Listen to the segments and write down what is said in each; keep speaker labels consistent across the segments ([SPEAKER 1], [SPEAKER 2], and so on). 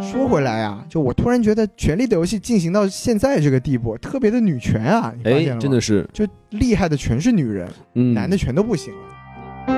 [SPEAKER 1] 说回来啊，就我突然觉得《权力的游戏》进行到现在这个地步，特别的女权啊，你发
[SPEAKER 2] 哎
[SPEAKER 1] 现了，吗？
[SPEAKER 2] 真的是，
[SPEAKER 1] 就厉害的全是女人，
[SPEAKER 2] 嗯，
[SPEAKER 1] 男的全都不行了。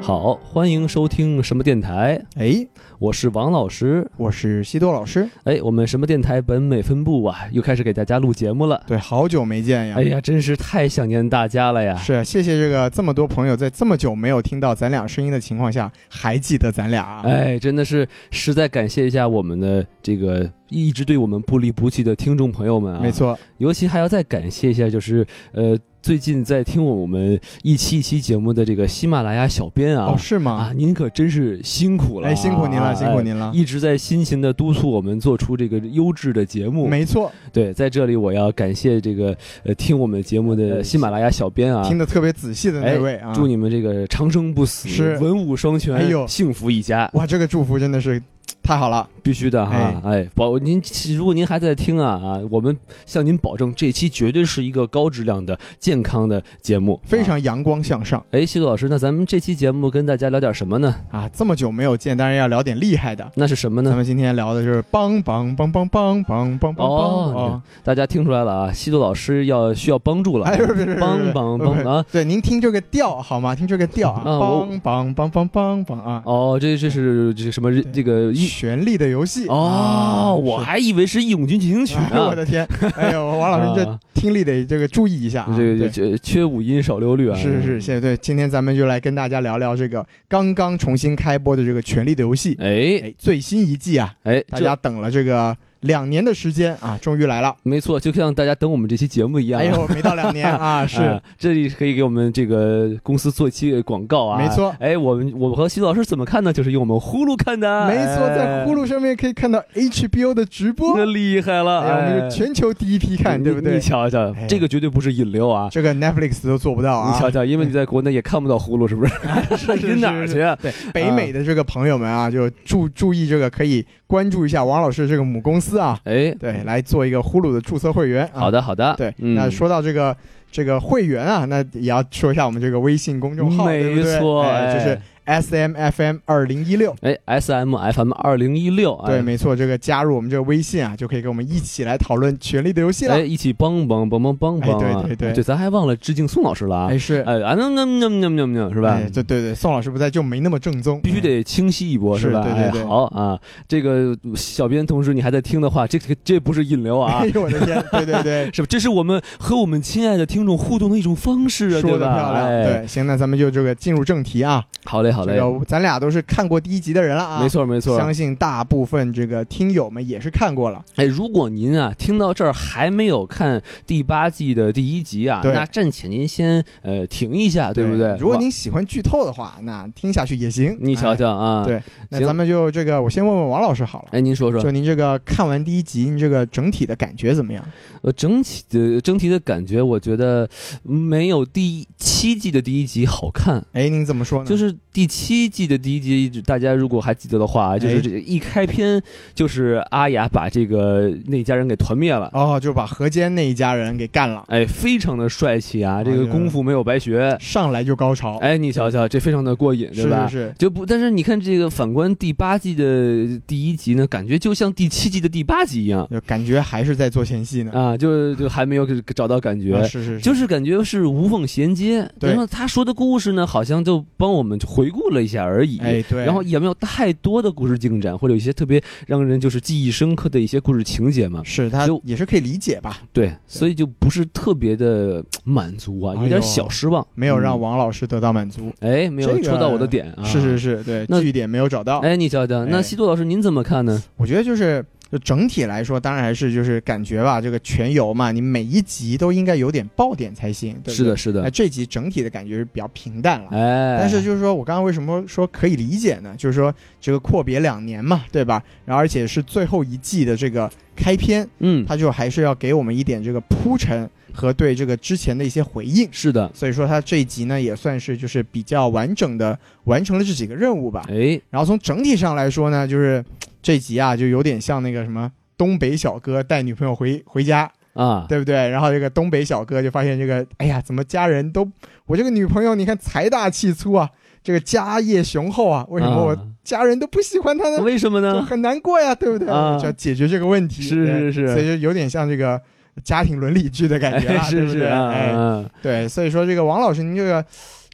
[SPEAKER 2] 好，欢迎收听什么电台，
[SPEAKER 1] 哎，
[SPEAKER 2] 我是王老师。
[SPEAKER 1] 我是西多老师，
[SPEAKER 2] 哎，我们什么电台北美分部啊，又开始给大家录节目了。
[SPEAKER 1] 对，好久没见呀。
[SPEAKER 2] 哎呀，真是太想念大家了呀！
[SPEAKER 1] 是，谢谢这个这么多朋友在这么久没有听到咱俩声音的情况下，还记得咱俩啊。
[SPEAKER 2] 哎，真的是实在感谢一下我们的这个一直对我们不离不弃的听众朋友们啊。
[SPEAKER 1] 没，错，
[SPEAKER 2] 尤其还要再感谢一下，就是呃，最近在听我们一期一期节目的这个喜马拉雅小编啊。
[SPEAKER 1] 哦，是吗
[SPEAKER 2] 啊，？您可真是辛苦了啊、
[SPEAKER 1] 哎，辛苦您了，辛苦
[SPEAKER 2] 哎
[SPEAKER 1] 您了。
[SPEAKER 2] 一直在辛勤的督促我们做出这个优质的节目。
[SPEAKER 1] 没错，
[SPEAKER 2] 对，在这里我要感谢这个呃听我们节目的喜马拉雅小编啊，
[SPEAKER 1] 呃听得特别仔细的那
[SPEAKER 2] 哎
[SPEAKER 1] 位啊，
[SPEAKER 2] 祝你们这个长生不死，
[SPEAKER 1] 是
[SPEAKER 2] 文武双全，
[SPEAKER 1] 哎呦
[SPEAKER 2] 幸福一家，
[SPEAKER 1] 哇，这个祝福真的是太好了。
[SPEAKER 2] 必须的哈！哎，保您如果您还在听啊啊，我们向您保证，这期绝对是一个高质量的、健康的节目，
[SPEAKER 1] 非
[SPEAKER 2] 啊。
[SPEAKER 1] 常阳光向上
[SPEAKER 2] 哎，西渡老师，那咱们这期节目跟大家聊点什么呢？
[SPEAKER 1] 啊！这么久没有见，当然要聊点厉害的。
[SPEAKER 2] 那是什么
[SPEAKER 1] 咱
[SPEAKER 2] 呢？
[SPEAKER 1] 们今天聊的就是梆梆梆梆梆梆梆梆
[SPEAKER 2] 哦
[SPEAKER 1] 梆，
[SPEAKER 2] 大家听出来了啊，西渡老师要需要帮助了啊，
[SPEAKER 1] 哎，不是不是
[SPEAKER 2] 帮帮帮！
[SPEAKER 1] 不是不是不
[SPEAKER 2] 啊
[SPEAKER 1] 是！对，您听这个调好吗？听这个调啊，
[SPEAKER 2] 啊我
[SPEAKER 1] 梆梆梆梆梆梆啊！
[SPEAKER 2] 哦，这这是这什么
[SPEAKER 1] 对
[SPEAKER 2] 这个一
[SPEAKER 1] 权力的游戏啊
[SPEAKER 2] 哦，我
[SPEAKER 1] 是
[SPEAKER 2] 还以为是《义啊勇军进行曲》
[SPEAKER 1] 哎我
[SPEAKER 2] 呢。
[SPEAKER 1] 的天！哎呦，王老师
[SPEAKER 2] 啊
[SPEAKER 1] 这听力得这个注意一下啊！对
[SPEAKER 2] 这个缺缺五音少六律啊。
[SPEAKER 1] 是是，。谢谢。对，今天咱们就来跟大家聊聊这个刚刚重新开播的这个《权力的游戏》
[SPEAKER 2] 哎
[SPEAKER 1] 哎，最新一季啊，
[SPEAKER 2] 哎，
[SPEAKER 1] 大
[SPEAKER 2] 这
[SPEAKER 1] 家等了这个两年的时间啊，终于来了。
[SPEAKER 2] 没错，就像大家等我们这期节目一样
[SPEAKER 1] 哎
[SPEAKER 2] 啊。
[SPEAKER 1] 呦，没到两年啊，是
[SPEAKER 2] 啊，这里可以给我们这个公司做一期广告啊。
[SPEAKER 1] 没错
[SPEAKER 2] 哎，我们我和徐老师怎么看呢？就是用我们呼噜看的。
[SPEAKER 1] 没错，在
[SPEAKER 2] 哎
[SPEAKER 1] 呼噜上面可以看到 HBO 的直播
[SPEAKER 2] 那，厉害了，
[SPEAKER 1] 哎呀，我
[SPEAKER 2] 哎
[SPEAKER 1] 们是全球第一批看，
[SPEAKER 2] 你
[SPEAKER 1] 对不对
[SPEAKER 2] 你？瞧瞧
[SPEAKER 1] 哎，
[SPEAKER 2] 这个绝对不是引流啊。
[SPEAKER 1] 这个 Netflix 都做不到啊！
[SPEAKER 2] 你瞧瞧，因为你在国内也看不到呼噜，是 不是？
[SPEAKER 1] 是
[SPEAKER 2] 你哪儿
[SPEAKER 1] 是
[SPEAKER 2] 去啊？
[SPEAKER 1] 对北美的这个朋友们啊，就注注意这个，可以关注一下王老师这个母公司啊，
[SPEAKER 2] 哎，
[SPEAKER 1] 对，来做一个呼噜的注册会员啊。
[SPEAKER 2] 好，的好的。
[SPEAKER 1] 对，
[SPEAKER 2] 嗯
[SPEAKER 1] 那说到这个这个会员啊，那也要说一下我们这个微信公众号，对不
[SPEAKER 2] 没
[SPEAKER 1] 对
[SPEAKER 2] 错，
[SPEAKER 1] 哎就是 S M F M 二零一六。
[SPEAKER 2] 哎，S M F M 二零一六，
[SPEAKER 1] 对，
[SPEAKER 2] 哎
[SPEAKER 1] 没错，这个加入我们这个微信啊，就可以跟我们一起来讨论《权力的游戏》
[SPEAKER 2] 哎，
[SPEAKER 1] 了。
[SPEAKER 2] 一起帮帮帮帮帮帮啊，
[SPEAKER 1] 哎对对对
[SPEAKER 2] 对，咱还忘了致敬宋老师了啊，
[SPEAKER 1] 哎，是，
[SPEAKER 2] 哎啊，那那那那那那是吧
[SPEAKER 1] 哎？对对对，宋老师不在就没那么正宗，
[SPEAKER 2] 必须得清晰一波，
[SPEAKER 1] 是
[SPEAKER 2] 吧？
[SPEAKER 1] 对对
[SPEAKER 2] 哎
[SPEAKER 1] 对
[SPEAKER 2] 好啊，这个小编同志，你还在听的话，这这这不是引流啊，
[SPEAKER 1] 哎，呦我的天，对对对
[SPEAKER 2] 是吧？这是我们和我们亲爱的听众互动的一种方式啊，
[SPEAKER 1] 说
[SPEAKER 2] 对
[SPEAKER 1] 的漂
[SPEAKER 2] 吧？
[SPEAKER 1] 亮。
[SPEAKER 2] 哎，
[SPEAKER 1] 对，行，那咱们就这个进入正题啊。
[SPEAKER 2] 好嘞，好嘞
[SPEAKER 1] 这，个咱俩都是看过第一集的人了啊，
[SPEAKER 2] 没。错没错。
[SPEAKER 1] 相信大部分这个听友们也是看过了，
[SPEAKER 2] 哎，如果您啊听到这儿还没有看第八季的第一集啊，
[SPEAKER 1] 对
[SPEAKER 2] 那暂且您先呃停一下，对不对？
[SPEAKER 1] 如果
[SPEAKER 2] 哇
[SPEAKER 1] 您喜欢剧透的话，那听下去也行。
[SPEAKER 2] 你瞧
[SPEAKER 1] 哎，
[SPEAKER 2] 瞧啊，
[SPEAKER 1] 对那
[SPEAKER 2] 行
[SPEAKER 1] 咱们就这个，我先问问王老师好了。
[SPEAKER 2] 哎，您说说
[SPEAKER 1] 就，您这个看完第一集，你这个整体的感觉怎么样？
[SPEAKER 2] 呃，整体的整体的感觉，我觉得没有第七季的第一集好看。
[SPEAKER 1] 哎，您怎么说呢？
[SPEAKER 2] 就是第七季的第一集，大家如果还记得的话，啊
[SPEAKER 1] 哎
[SPEAKER 2] 就是这一开篇就是阿雅把这个那家人给团灭了，
[SPEAKER 1] 哦，就把河间那一家人给干了，
[SPEAKER 2] 哎，非常的帅气啊，这个
[SPEAKER 1] 哎呀
[SPEAKER 2] 功夫没有白学，
[SPEAKER 1] 上来就高潮，
[SPEAKER 2] 哎，你瞧瞧，这非常的过瘾，
[SPEAKER 1] 是
[SPEAKER 2] 对吧
[SPEAKER 1] 是？是，
[SPEAKER 2] 就不，但是你看这个反观第八季的第一集呢，感觉就像第七季的第八集一样
[SPEAKER 1] 就感觉还是在做前戏呢。
[SPEAKER 2] 啊，就就还没有给找到感觉
[SPEAKER 1] 啊，是是是，
[SPEAKER 2] 就是感觉是无缝衔接。
[SPEAKER 1] 对
[SPEAKER 2] 然后他说的故事呢，好像就帮我们回顾了一下而已。
[SPEAKER 1] 哎对，
[SPEAKER 2] 然后也没有太多的故事进展，或者有一些特别让人就是记忆深刻的一些故事情节嘛。
[SPEAKER 1] 是他
[SPEAKER 2] 就
[SPEAKER 1] 也是可以理解吧，
[SPEAKER 2] 对，所以就不是特别的满足啊，
[SPEAKER 1] 哎呦
[SPEAKER 2] 有点小失望。
[SPEAKER 1] 没有让
[SPEAKER 2] 我
[SPEAKER 1] 王老师得到满足。
[SPEAKER 2] 哎没有
[SPEAKER 1] 这个
[SPEAKER 2] 戳到我的点嗯啊。
[SPEAKER 1] 是是。是，对，
[SPEAKER 2] 那
[SPEAKER 1] 据点没有找到。
[SPEAKER 2] 哎，你瞧瞧，那
[SPEAKER 1] 哎
[SPEAKER 2] 西多老师您怎么看呢？
[SPEAKER 1] 我觉得就是就整体来说，当然还是就是感觉吧，这个全游嘛，你每一集都应该有点爆点才行，对不对？
[SPEAKER 2] 是的，，是
[SPEAKER 1] 哎，
[SPEAKER 2] 的。
[SPEAKER 1] 这集整体的感觉是比较平淡了。
[SPEAKER 2] 哎，
[SPEAKER 1] 但是就是说，我刚刚为什么说可以理解呢？就是说这个阔别两年嘛，对吧？然后而且是最后一季的这个开篇，
[SPEAKER 2] 嗯，
[SPEAKER 1] 它就还是要给我们一点这个铺陈和对这个之前的一些回应。
[SPEAKER 2] 是的。
[SPEAKER 1] 所以说它这一集呢，也算是就是比较完整的完成了这几个任务吧。
[SPEAKER 2] 哎，
[SPEAKER 1] 然后从整体上来说呢，就是这集啊，就有点像那个什么东北小哥带女朋友回回家，
[SPEAKER 2] 啊，
[SPEAKER 1] 对不对？然后这个东北小哥就发现这个，哎呀，怎么家人都我这个女朋友，你看财大气粗啊，这个家业雄厚啊，为什么我家人都不喜欢他呢？
[SPEAKER 2] 为什么
[SPEAKER 1] 就
[SPEAKER 2] 呢？
[SPEAKER 1] 很难过呀，对不对？
[SPEAKER 2] 嗯啊
[SPEAKER 1] 就要解决这个问题，
[SPEAKER 2] 是
[SPEAKER 1] 对
[SPEAKER 2] 是是
[SPEAKER 1] 所以就有点像这个家庭伦理剧的感觉
[SPEAKER 2] 哎
[SPEAKER 1] 了， 对
[SPEAKER 2] 是
[SPEAKER 1] 不
[SPEAKER 2] 是
[SPEAKER 1] 对？
[SPEAKER 2] 啊，
[SPEAKER 1] 哎，
[SPEAKER 2] 啊
[SPEAKER 1] 对，所以说这个王老师，您这个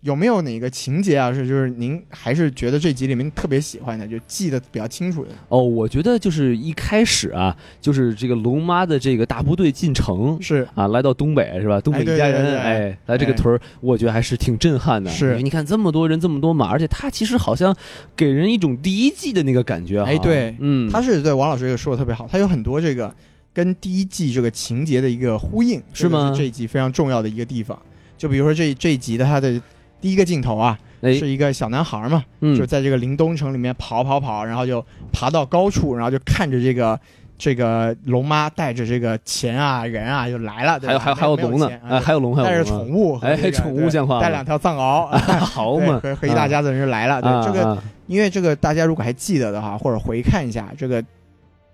[SPEAKER 1] 有没有哪个情节啊，是就是您还是觉得这集里面特别喜欢的，就记得比较清楚的？
[SPEAKER 2] 哦，我觉得就是一开始啊，就是这个龙妈的这个大部队进城
[SPEAKER 1] 是
[SPEAKER 2] 啊，来到东北是吧？东北一
[SPEAKER 1] 对
[SPEAKER 2] 家
[SPEAKER 1] 对对
[SPEAKER 2] 人，
[SPEAKER 1] 对
[SPEAKER 2] 哎，来这个屯儿，我觉得还是挺震撼的。
[SPEAKER 1] 是
[SPEAKER 2] 因为你看这么多人，这么多马，而且他其实好像给人一种第一季的那个感觉哈。
[SPEAKER 1] 哎对
[SPEAKER 2] 嗯，
[SPEAKER 1] 他是对王老师这个说的特别好，他有很多这个跟第一季这个情节的一个呼应，
[SPEAKER 2] 是吗
[SPEAKER 1] 这个这一集非常重要的一个地方，就比如说这这一集的他的第一个镜头啊，
[SPEAKER 2] 哎
[SPEAKER 1] 是，一个小男孩嘛，就
[SPEAKER 2] 嗯，
[SPEAKER 1] 在这个林东城里面跑跑跑，然后就爬到高处，然后就看着这个。这个龙妈带着这个钱啊人啊就来了，对
[SPEAKER 2] 还有
[SPEAKER 1] 吧
[SPEAKER 2] 还有还有龙呢，
[SPEAKER 1] 没有钱
[SPEAKER 2] 哎，还有龙，还有
[SPEAKER 1] 带着
[SPEAKER 2] 龙啊
[SPEAKER 1] 宠物和
[SPEAKER 2] 哎
[SPEAKER 1] 这个，
[SPEAKER 2] 宠物
[SPEAKER 1] 对
[SPEAKER 2] 像话吗
[SPEAKER 1] 带两条藏 獒，啊
[SPEAKER 2] 啊，好
[SPEAKER 1] 对
[SPEAKER 2] 嘛，
[SPEAKER 1] 和和一大家子人就来了。
[SPEAKER 2] 啊，
[SPEAKER 1] 对，这个
[SPEAKER 2] 啊
[SPEAKER 1] 因为这个大家如果还记得的话，或者回看一下这个《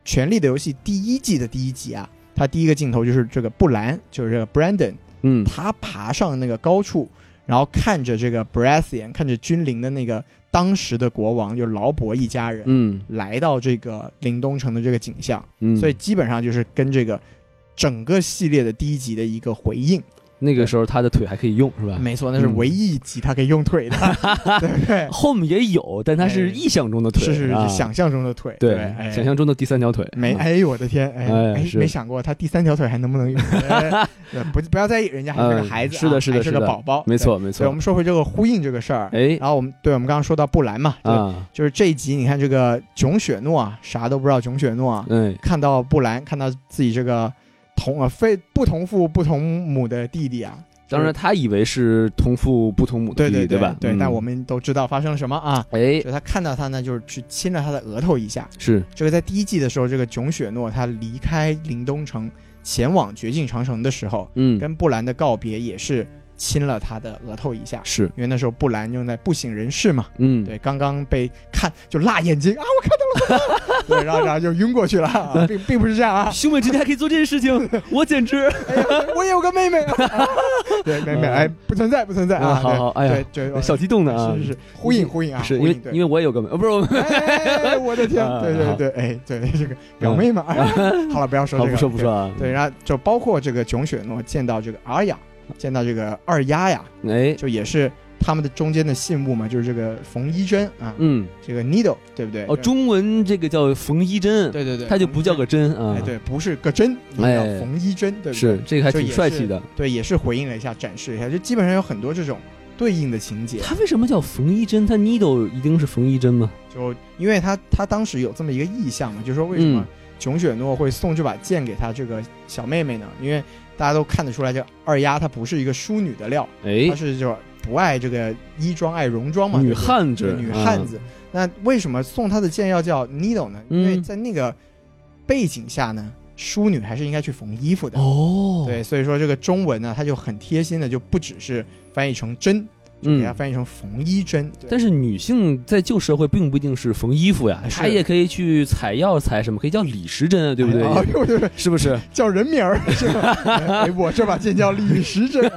[SPEAKER 1] 权力的游戏》第一季的第一集啊，它第一个镜头就是这个布兰，就是这个 Brandon，
[SPEAKER 2] 嗯，
[SPEAKER 1] 他爬上那个高处，然后看着这个 Baratheon，看着君临的那个当时的国王，就是劳勃一家人。
[SPEAKER 2] 嗯
[SPEAKER 1] 来到这个临冬城的这个景象，
[SPEAKER 2] 嗯，
[SPEAKER 1] 所以基本上就是跟这个整个系列的第一集的一个回应。
[SPEAKER 2] 那个时候他的腿还可以用是吧？
[SPEAKER 1] 没错，那是唯一一集他可以用腿 的，对不对？
[SPEAKER 2] 后面也有，但他是
[SPEAKER 1] 哎
[SPEAKER 2] 意象中的腿，
[SPEAKER 1] 是是
[SPEAKER 2] 啊
[SPEAKER 1] 是，想象中的腿，
[SPEAKER 2] 对，
[SPEAKER 1] 哎
[SPEAKER 2] 想象中的第三条腿，
[SPEAKER 1] 没，
[SPEAKER 2] 啊
[SPEAKER 1] 哎呦我的天，哎
[SPEAKER 2] 哎是
[SPEAKER 1] 没想过他第三条腿还能不 能用，哎对不不要在意，人家还是个
[SPEAKER 2] 嗯
[SPEAKER 1] 孩子啊，
[SPEAKER 2] 是的是的
[SPEAKER 1] 还是
[SPEAKER 2] 是
[SPEAKER 1] 个
[SPEAKER 2] 的
[SPEAKER 1] 宝宝，
[SPEAKER 2] 没
[SPEAKER 1] 对。
[SPEAKER 2] 错没
[SPEAKER 1] 所以我
[SPEAKER 2] 错，
[SPEAKER 1] 们说回这个呼应这个事儿，
[SPEAKER 2] 哎
[SPEAKER 1] 然后我们对我们刚刚说到布兰嘛，就
[SPEAKER 2] 啊，
[SPEAKER 1] 就是这一集你看这个囧雪诺啊，啥都不知道，囧雪诺啊，
[SPEAKER 2] 哎
[SPEAKER 1] 看到布兰，看到自己这个同啊非不同父不同母的弟弟啊，
[SPEAKER 2] 当然，他以为是同父不同母弟，
[SPEAKER 1] 对对
[SPEAKER 2] 吧？
[SPEAKER 1] 对，
[SPEAKER 2] 嗯
[SPEAKER 1] 但我们都知道发生了什么啊。
[SPEAKER 2] 哎
[SPEAKER 1] 就他看到他呢，就是去亲了他的额头一下，
[SPEAKER 2] 是
[SPEAKER 1] 这个在第一季的时候，这个囧雪诺他离开林东城前往绝境长城的时候，
[SPEAKER 2] 嗯
[SPEAKER 1] 跟布兰的告别也是亲了他的额头一下，
[SPEAKER 2] 是
[SPEAKER 1] 因为那时候布兰正在不省人事嘛，
[SPEAKER 2] 嗯
[SPEAKER 1] 对，刚刚被看就辣眼睛啊，我 看到了，对，然后然后就晕过去了，啊、并并不是这样啊，
[SPEAKER 2] 兄妹之间还可以做这件 事情，我简直
[SPEAKER 1] 哎呀，我也有个妹妹、啊， 对，妹妹，哎，不存在，不存在啊，
[SPEAKER 2] 嗯啊好好哎呀
[SPEAKER 1] 对对对，
[SPEAKER 2] 小激动的啊！
[SPEAKER 1] 是是是，呼应呼应啊，
[SPEAKER 2] 是因
[SPEAKER 1] 呼应
[SPEAKER 2] 为
[SPEAKER 1] 对
[SPEAKER 2] 因为我也有个妹，呃不是我
[SPEAKER 1] 哎哎哎我的天
[SPEAKER 2] 啊，嗯
[SPEAKER 1] 对对对，哎，对这个表妹嘛，哎 好了，不要说
[SPEAKER 2] 好
[SPEAKER 1] 这个，
[SPEAKER 2] 不说不说啊！
[SPEAKER 1] 对，对，然后就包括这个囧雪诺见到这个阿雅，见到这个二丫呀，
[SPEAKER 2] 哎
[SPEAKER 1] 就也是他们的中间的信物嘛，就是这个缝衣针啊，
[SPEAKER 2] 嗯
[SPEAKER 1] 这个 needle，对不对？
[SPEAKER 2] 哦，中文这个叫缝衣针，
[SPEAKER 1] 对对对，
[SPEAKER 2] 它就不叫个针啊
[SPEAKER 1] 哎，，对，不是个针，你
[SPEAKER 2] 哎
[SPEAKER 1] 叫缝衣针，对不对？
[SPEAKER 2] 是这个还挺帅气的。
[SPEAKER 1] 对，也是回应了一下，展示了一下，就基本上有很多这种对应的情节，
[SPEAKER 2] 它为什么叫缝衣针？它 needle 一定是缝衣针吗？
[SPEAKER 1] 就因为他他当时有这么一个意向嘛，就是说为什么
[SPEAKER 2] 嗯
[SPEAKER 1] 囧雪诺会送这把剑给他这个小妹妹呢？因为大家都看得出来，这二丫她不是一个淑女的料，
[SPEAKER 2] 哎
[SPEAKER 1] 她，是就不爱这个衣装，爱戎装嘛，
[SPEAKER 2] 女
[SPEAKER 1] 对不对
[SPEAKER 2] 汉
[SPEAKER 1] 对
[SPEAKER 2] 子，
[SPEAKER 1] 女
[SPEAKER 2] 啊
[SPEAKER 1] 汉子。那为什么送她的剑要叫 needle 呢？因为
[SPEAKER 2] 嗯
[SPEAKER 1] 在那个背景下呢，淑女还是应该去缝衣服的。
[SPEAKER 2] 哦，
[SPEAKER 1] 对，所以说这个中文呢，它就很贴心的，就不只是翻译成针，给它
[SPEAKER 2] 嗯，
[SPEAKER 1] 翻译成缝衣针。对
[SPEAKER 2] 但是女性在旧社会并不一定是缝衣服呀，
[SPEAKER 1] 是
[SPEAKER 2] 她也可以去采药材什么，可以叫李时针啊，对不对？
[SPEAKER 1] 哎呦，就是
[SPEAKER 2] 是不是？
[SPEAKER 1] 叫人名儿是 吧？哎，我这把剑叫李时珍，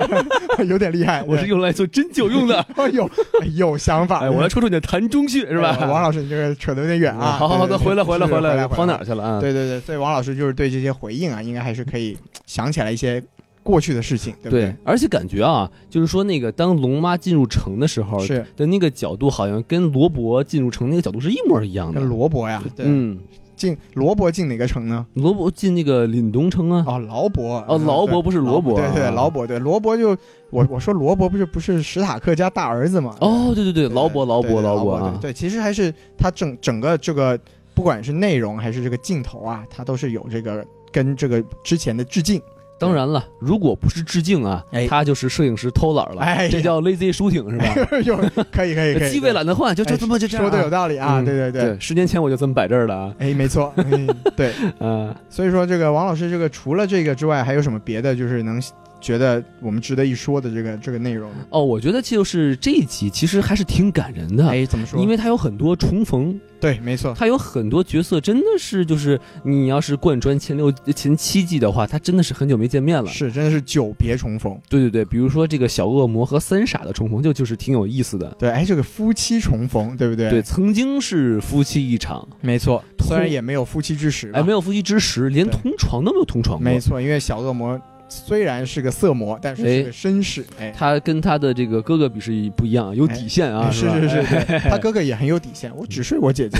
[SPEAKER 1] 有点厉害。
[SPEAKER 2] 我是
[SPEAKER 1] 有，
[SPEAKER 2] 用来做针灸用的。
[SPEAKER 1] 哎呦，哎有想法。
[SPEAKER 2] 哎，我来戳戳你的痰中穴是吧？嗯
[SPEAKER 1] 哎王老师，你这个扯得有点远啊。
[SPEAKER 2] 好好好，
[SPEAKER 1] 对
[SPEAKER 2] 那回来回来
[SPEAKER 1] 是来
[SPEAKER 2] 来，
[SPEAKER 1] 回
[SPEAKER 2] 跑哪儿？去了啊？
[SPEAKER 1] 对对对，所以王老师就是对这些回应啊，应该还是可以想起来一些过去的事情，对不
[SPEAKER 2] 对？，而且感觉啊，就是说那个当龙妈进入城的时候
[SPEAKER 1] 是
[SPEAKER 2] 的那个角度，好像跟罗伯进入城那个角度是一模一样
[SPEAKER 1] 那
[SPEAKER 2] 的。
[SPEAKER 1] 罗伯呀，对，
[SPEAKER 2] 嗯，
[SPEAKER 1] 进罗伯进哪个城呢？
[SPEAKER 2] 罗伯进那个凛冬城啊，
[SPEAKER 1] 哦，劳勃。
[SPEAKER 2] 哦，
[SPEAKER 1] 嗯
[SPEAKER 2] 劳
[SPEAKER 1] 对
[SPEAKER 2] 勃啊不是罗伯，嗯
[SPEAKER 1] 对对，劳勃对罗伯就我我说罗伯不是不是史塔克家大儿子嘛？
[SPEAKER 2] 哦，对对对，劳勃劳
[SPEAKER 1] 对
[SPEAKER 2] 勃
[SPEAKER 1] 对
[SPEAKER 2] 劳
[SPEAKER 1] 勃
[SPEAKER 2] 勃啊，
[SPEAKER 1] 对对，其实还是它整整个这个不管是内容还是这个镜头啊，它都是有这个跟这个之前的致敬。
[SPEAKER 2] 当然了，如果不是致敬啊
[SPEAKER 1] 哎，
[SPEAKER 2] 他就是摄影师偷懒
[SPEAKER 1] 哎
[SPEAKER 2] 了，这叫 lazy shooting 是吧？
[SPEAKER 1] 有可以可以可以，
[SPEAKER 2] 啊机位懒得换，就就
[SPEAKER 1] 哎
[SPEAKER 2] 这么就这样
[SPEAKER 1] 说
[SPEAKER 2] 啊。
[SPEAKER 1] 的有道理啊，
[SPEAKER 2] 嗯
[SPEAKER 1] 对对对，
[SPEAKER 2] 对，十年前我就这么摆这儿了啊。
[SPEAKER 1] 哎，没错，嗯对。
[SPEAKER 2] 嗯，
[SPEAKER 1] 所以说这个王老师这个除了这个之外，还有什么别的就是能觉得我们值得一说的这个这个内容呢？
[SPEAKER 2] 哦，我觉得就是这一集其实还是挺感人的，
[SPEAKER 1] 哎，怎么说？啊
[SPEAKER 2] 啊因为它有很多重逢，
[SPEAKER 1] 对，没错，
[SPEAKER 2] 它有很多角色真的是就是你要是贯穿前六前七季的话，他真的是很久没见面了。
[SPEAKER 1] 是真的是久别重逢。
[SPEAKER 2] 对对对，比如说这个小恶魔和三傻的重逢，就就是挺有意思的。
[SPEAKER 1] 对，哎，这个夫妻重逢，对不对？
[SPEAKER 2] 对，，曾经是夫妻一场，
[SPEAKER 1] 没错。
[SPEAKER 2] 同
[SPEAKER 1] 虽然也没有夫妻之实吧，
[SPEAKER 2] 哎，没有夫妻之实，连
[SPEAKER 1] 对
[SPEAKER 2] 同床都没有同床过
[SPEAKER 1] 没。错，因为小恶魔虽然是个色魔，但是是个绅士，哎，
[SPEAKER 2] 他跟他的这个哥哥比是不一样，有
[SPEAKER 1] 哎
[SPEAKER 2] 底线啊，
[SPEAKER 1] 哎是
[SPEAKER 2] 吧
[SPEAKER 1] 是是，
[SPEAKER 2] 哎
[SPEAKER 1] 对他哥哥也很有底线，我只睡我姐 姐，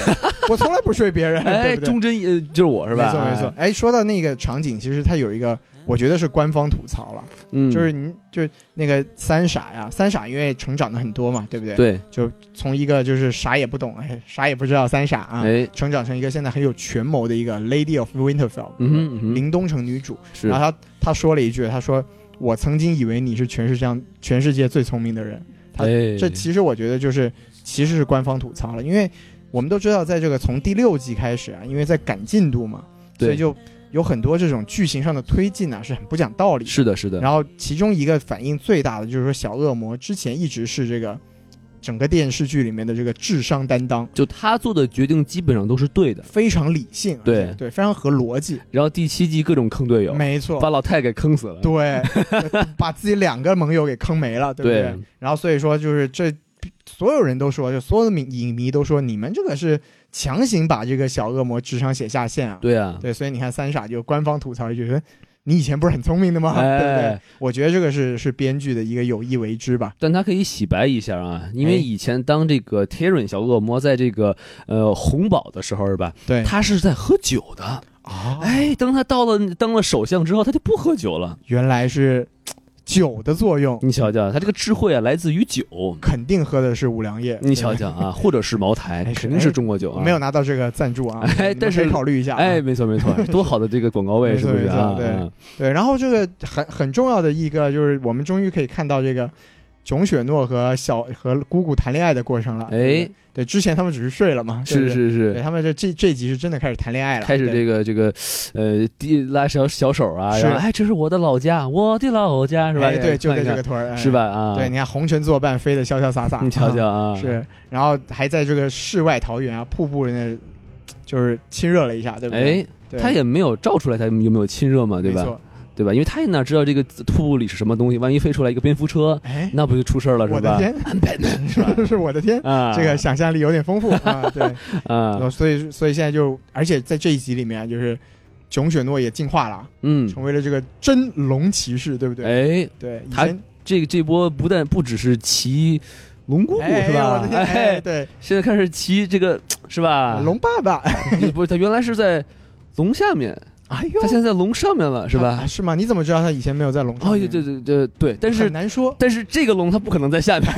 [SPEAKER 1] 我从来不睡别人，
[SPEAKER 2] 哎，
[SPEAKER 1] 对不对？
[SPEAKER 2] 忠贞呃就是我是吧？
[SPEAKER 1] 没错没错
[SPEAKER 2] 哎，。
[SPEAKER 1] 哎，说到那个场景，其实他有一个，我觉得是官方吐槽了，
[SPEAKER 2] 嗯，
[SPEAKER 1] 就是你就是那个三傻呀，三傻因为成长的很多嘛，对不对？，
[SPEAKER 2] 对，
[SPEAKER 1] 就从一个就是啥也不懂，哎，啥也不知道三傻啊，
[SPEAKER 2] 哎，
[SPEAKER 1] 成长成一个现在很有权谋的一个 Lady of Winterfell，
[SPEAKER 2] 嗯哼嗯哼
[SPEAKER 1] 林东城女主。
[SPEAKER 2] 是
[SPEAKER 1] 然后他他说了一句，他说：“我曾经以为你是全世界上全世界最聪明的人。他
[SPEAKER 2] 哎
[SPEAKER 1] 这其实我觉得就是其实是官方吐槽了，因为我们都知道，在这个从第六季开始啊，因为在赶进度嘛，所
[SPEAKER 2] 对
[SPEAKER 1] 以就有很多这种剧情上的推进啊是很不讲道理的。
[SPEAKER 2] 是的是的，
[SPEAKER 1] 然后其中一个反应最大的就是说，小恶魔之前一直是这个整个电视剧里面的这个智商担当，
[SPEAKER 2] 就他做的决定基本上都是对的。
[SPEAKER 1] 非常理性，而
[SPEAKER 2] 对
[SPEAKER 1] 且对，非常合逻辑，
[SPEAKER 2] 然后第七季各种坑队友，
[SPEAKER 1] 没错，
[SPEAKER 2] 把老太给坑死了。
[SPEAKER 1] 对， 把自己两个盟友给坑没了，对不对？
[SPEAKER 2] 对
[SPEAKER 1] 然后所以说就是这，所有人都说，就所有的迷影迷都说，你们这个是强行把这个小恶魔智商写下线啊。
[SPEAKER 2] 对啊，
[SPEAKER 1] 对所以你看三傻就官方吐槽一句说。你以前不是很聪明的吗？对不对
[SPEAKER 2] 哎？，
[SPEAKER 1] 我觉得这个是是编剧的一个有意为之吧。
[SPEAKER 2] 但他可以洗白一下啊，
[SPEAKER 1] 哎
[SPEAKER 2] 因为以前当这个 Tyrion 小恶魔在这个呃红堡的时候是吧，
[SPEAKER 1] 对
[SPEAKER 2] 他是在喝酒的。
[SPEAKER 1] 啊
[SPEAKER 2] 哎，当他到了当了首相之后，他就不喝酒了。
[SPEAKER 1] 原来是嘖酒的作用，
[SPEAKER 2] 你瞧瞧，他这个智慧啊，来自于酒。
[SPEAKER 1] 肯定喝的是五粮液。
[SPEAKER 2] 你
[SPEAKER 1] 对
[SPEAKER 2] 瞧瞧啊，或者是茅台，
[SPEAKER 1] 嗯哎是
[SPEAKER 2] 肯定是中国酒啊。
[SPEAKER 1] 没有拿到这个赞助啊，
[SPEAKER 2] 哎
[SPEAKER 1] 你们
[SPEAKER 2] 但是
[SPEAKER 1] 可以考虑一下啊。
[SPEAKER 2] 哎，没错没错，多好的这个广告位
[SPEAKER 1] 没
[SPEAKER 2] 是
[SPEAKER 1] 错
[SPEAKER 2] 不是啊？
[SPEAKER 1] 没错
[SPEAKER 2] 嗯
[SPEAKER 1] 对，然后这个很很重要的一个就是，我们终于可以看到这个囧雪诺和小和姑姑谈恋爱的过程了。对
[SPEAKER 2] 哎
[SPEAKER 1] 不对，，对，之前他们只是睡了嘛，对不对，
[SPEAKER 2] 是是
[SPEAKER 1] 对
[SPEAKER 2] 是，
[SPEAKER 1] 他们这这这集是真的开始谈恋爱了，
[SPEAKER 2] 开始
[SPEAKER 1] 对
[SPEAKER 2] 这个这个呃，递拉小小手啊，
[SPEAKER 1] 是
[SPEAKER 2] 然后哎，这是我的老家，我的老家是吧？
[SPEAKER 1] 哎对，就在
[SPEAKER 2] 看一
[SPEAKER 1] 这
[SPEAKER 2] 看
[SPEAKER 1] 个屯儿，哎
[SPEAKER 2] 是？吧？啊，
[SPEAKER 1] 对，你看红尘作伴，飞得潇潇洒洒，
[SPEAKER 2] 你瞧瞧
[SPEAKER 1] 啊
[SPEAKER 2] 啊，
[SPEAKER 1] 是，然后还在这个世外桃源啊，瀑布那就是亲热了一下，对不对？
[SPEAKER 2] 哎，
[SPEAKER 1] 对
[SPEAKER 2] 他也没有照出来他有没有亲热嘛，对
[SPEAKER 1] 没
[SPEAKER 2] 吧？
[SPEAKER 1] 错，
[SPEAKER 2] 对吧？因为他也哪知道这个瀑布里是什么东西，万一飞出来一个蝙蝠车，
[SPEAKER 1] 哎，
[SPEAKER 2] 那不就出事儿了
[SPEAKER 1] 我
[SPEAKER 2] 是
[SPEAKER 1] 的
[SPEAKER 2] 吧？
[SPEAKER 1] 天，
[SPEAKER 2] 是 吧？
[SPEAKER 1] 是我的天，
[SPEAKER 2] 啊，
[SPEAKER 1] 这个想象力有点 丰富啊，对。然
[SPEAKER 2] 啊，
[SPEAKER 1] 后所以所以现在就，而且在这一集里面，啊就是囧雪诺也进化了，
[SPEAKER 2] 嗯，
[SPEAKER 1] 成为了这个真龙骑士，对不对？
[SPEAKER 2] 哎，
[SPEAKER 1] 对，以
[SPEAKER 2] 他
[SPEAKER 1] 前
[SPEAKER 2] 这个这波不但不只是骑龙姑姑
[SPEAKER 1] 哎
[SPEAKER 2] 是
[SPEAKER 1] 我
[SPEAKER 2] 吧
[SPEAKER 1] 的？天，哎，
[SPEAKER 2] 哎，啊
[SPEAKER 1] 对，
[SPEAKER 2] 现在开始骑这个是吧？
[SPEAKER 1] 龙爸 爸，
[SPEAKER 2] 不是他原来是在龙下面，
[SPEAKER 1] 哎呦
[SPEAKER 2] 他，现在在龙上面了是吧
[SPEAKER 1] 啊？是吗？你怎么知道他以前没有在龙上
[SPEAKER 2] 哦，
[SPEAKER 1] 面？
[SPEAKER 2] 对对对对对，但
[SPEAKER 1] 哎很
[SPEAKER 2] 是
[SPEAKER 1] 难
[SPEAKER 2] ，
[SPEAKER 1] 说
[SPEAKER 2] 但是这个龙它不可能在下面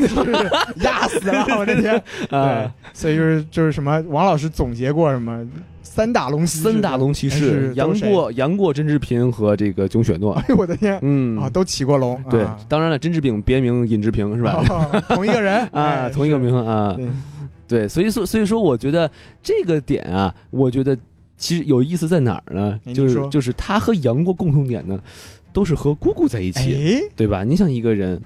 [SPEAKER 1] 压死了，我的天！对
[SPEAKER 2] 啊。，
[SPEAKER 1] 所以就是就是什么，王老师总结过什么三大龙骑士，
[SPEAKER 2] 三大，龙骑
[SPEAKER 1] 是
[SPEAKER 2] 士
[SPEAKER 1] 都，
[SPEAKER 2] 杨
[SPEAKER 1] 谁
[SPEAKER 2] 过、杨过、甄志平和这个囧雪诺
[SPEAKER 1] 哎。呦我的天，
[SPEAKER 2] 嗯，
[SPEAKER 1] 啊，都骑过龙，
[SPEAKER 2] 对
[SPEAKER 1] 啊，
[SPEAKER 2] 当然了，甄志平别名尹志平是吧？
[SPEAKER 1] 哦同一个人
[SPEAKER 2] 啊，同一个，名啊
[SPEAKER 1] 哎，是
[SPEAKER 2] 对，所以说所以说，我觉得这个点啊，我觉得其实有意思在哪儿呢
[SPEAKER 1] 哎？
[SPEAKER 2] 就
[SPEAKER 1] 您说
[SPEAKER 2] 是就是他和杨过共同点呢，都是和姑姑在一起，
[SPEAKER 1] 对，
[SPEAKER 2] 对吧？你想一个人。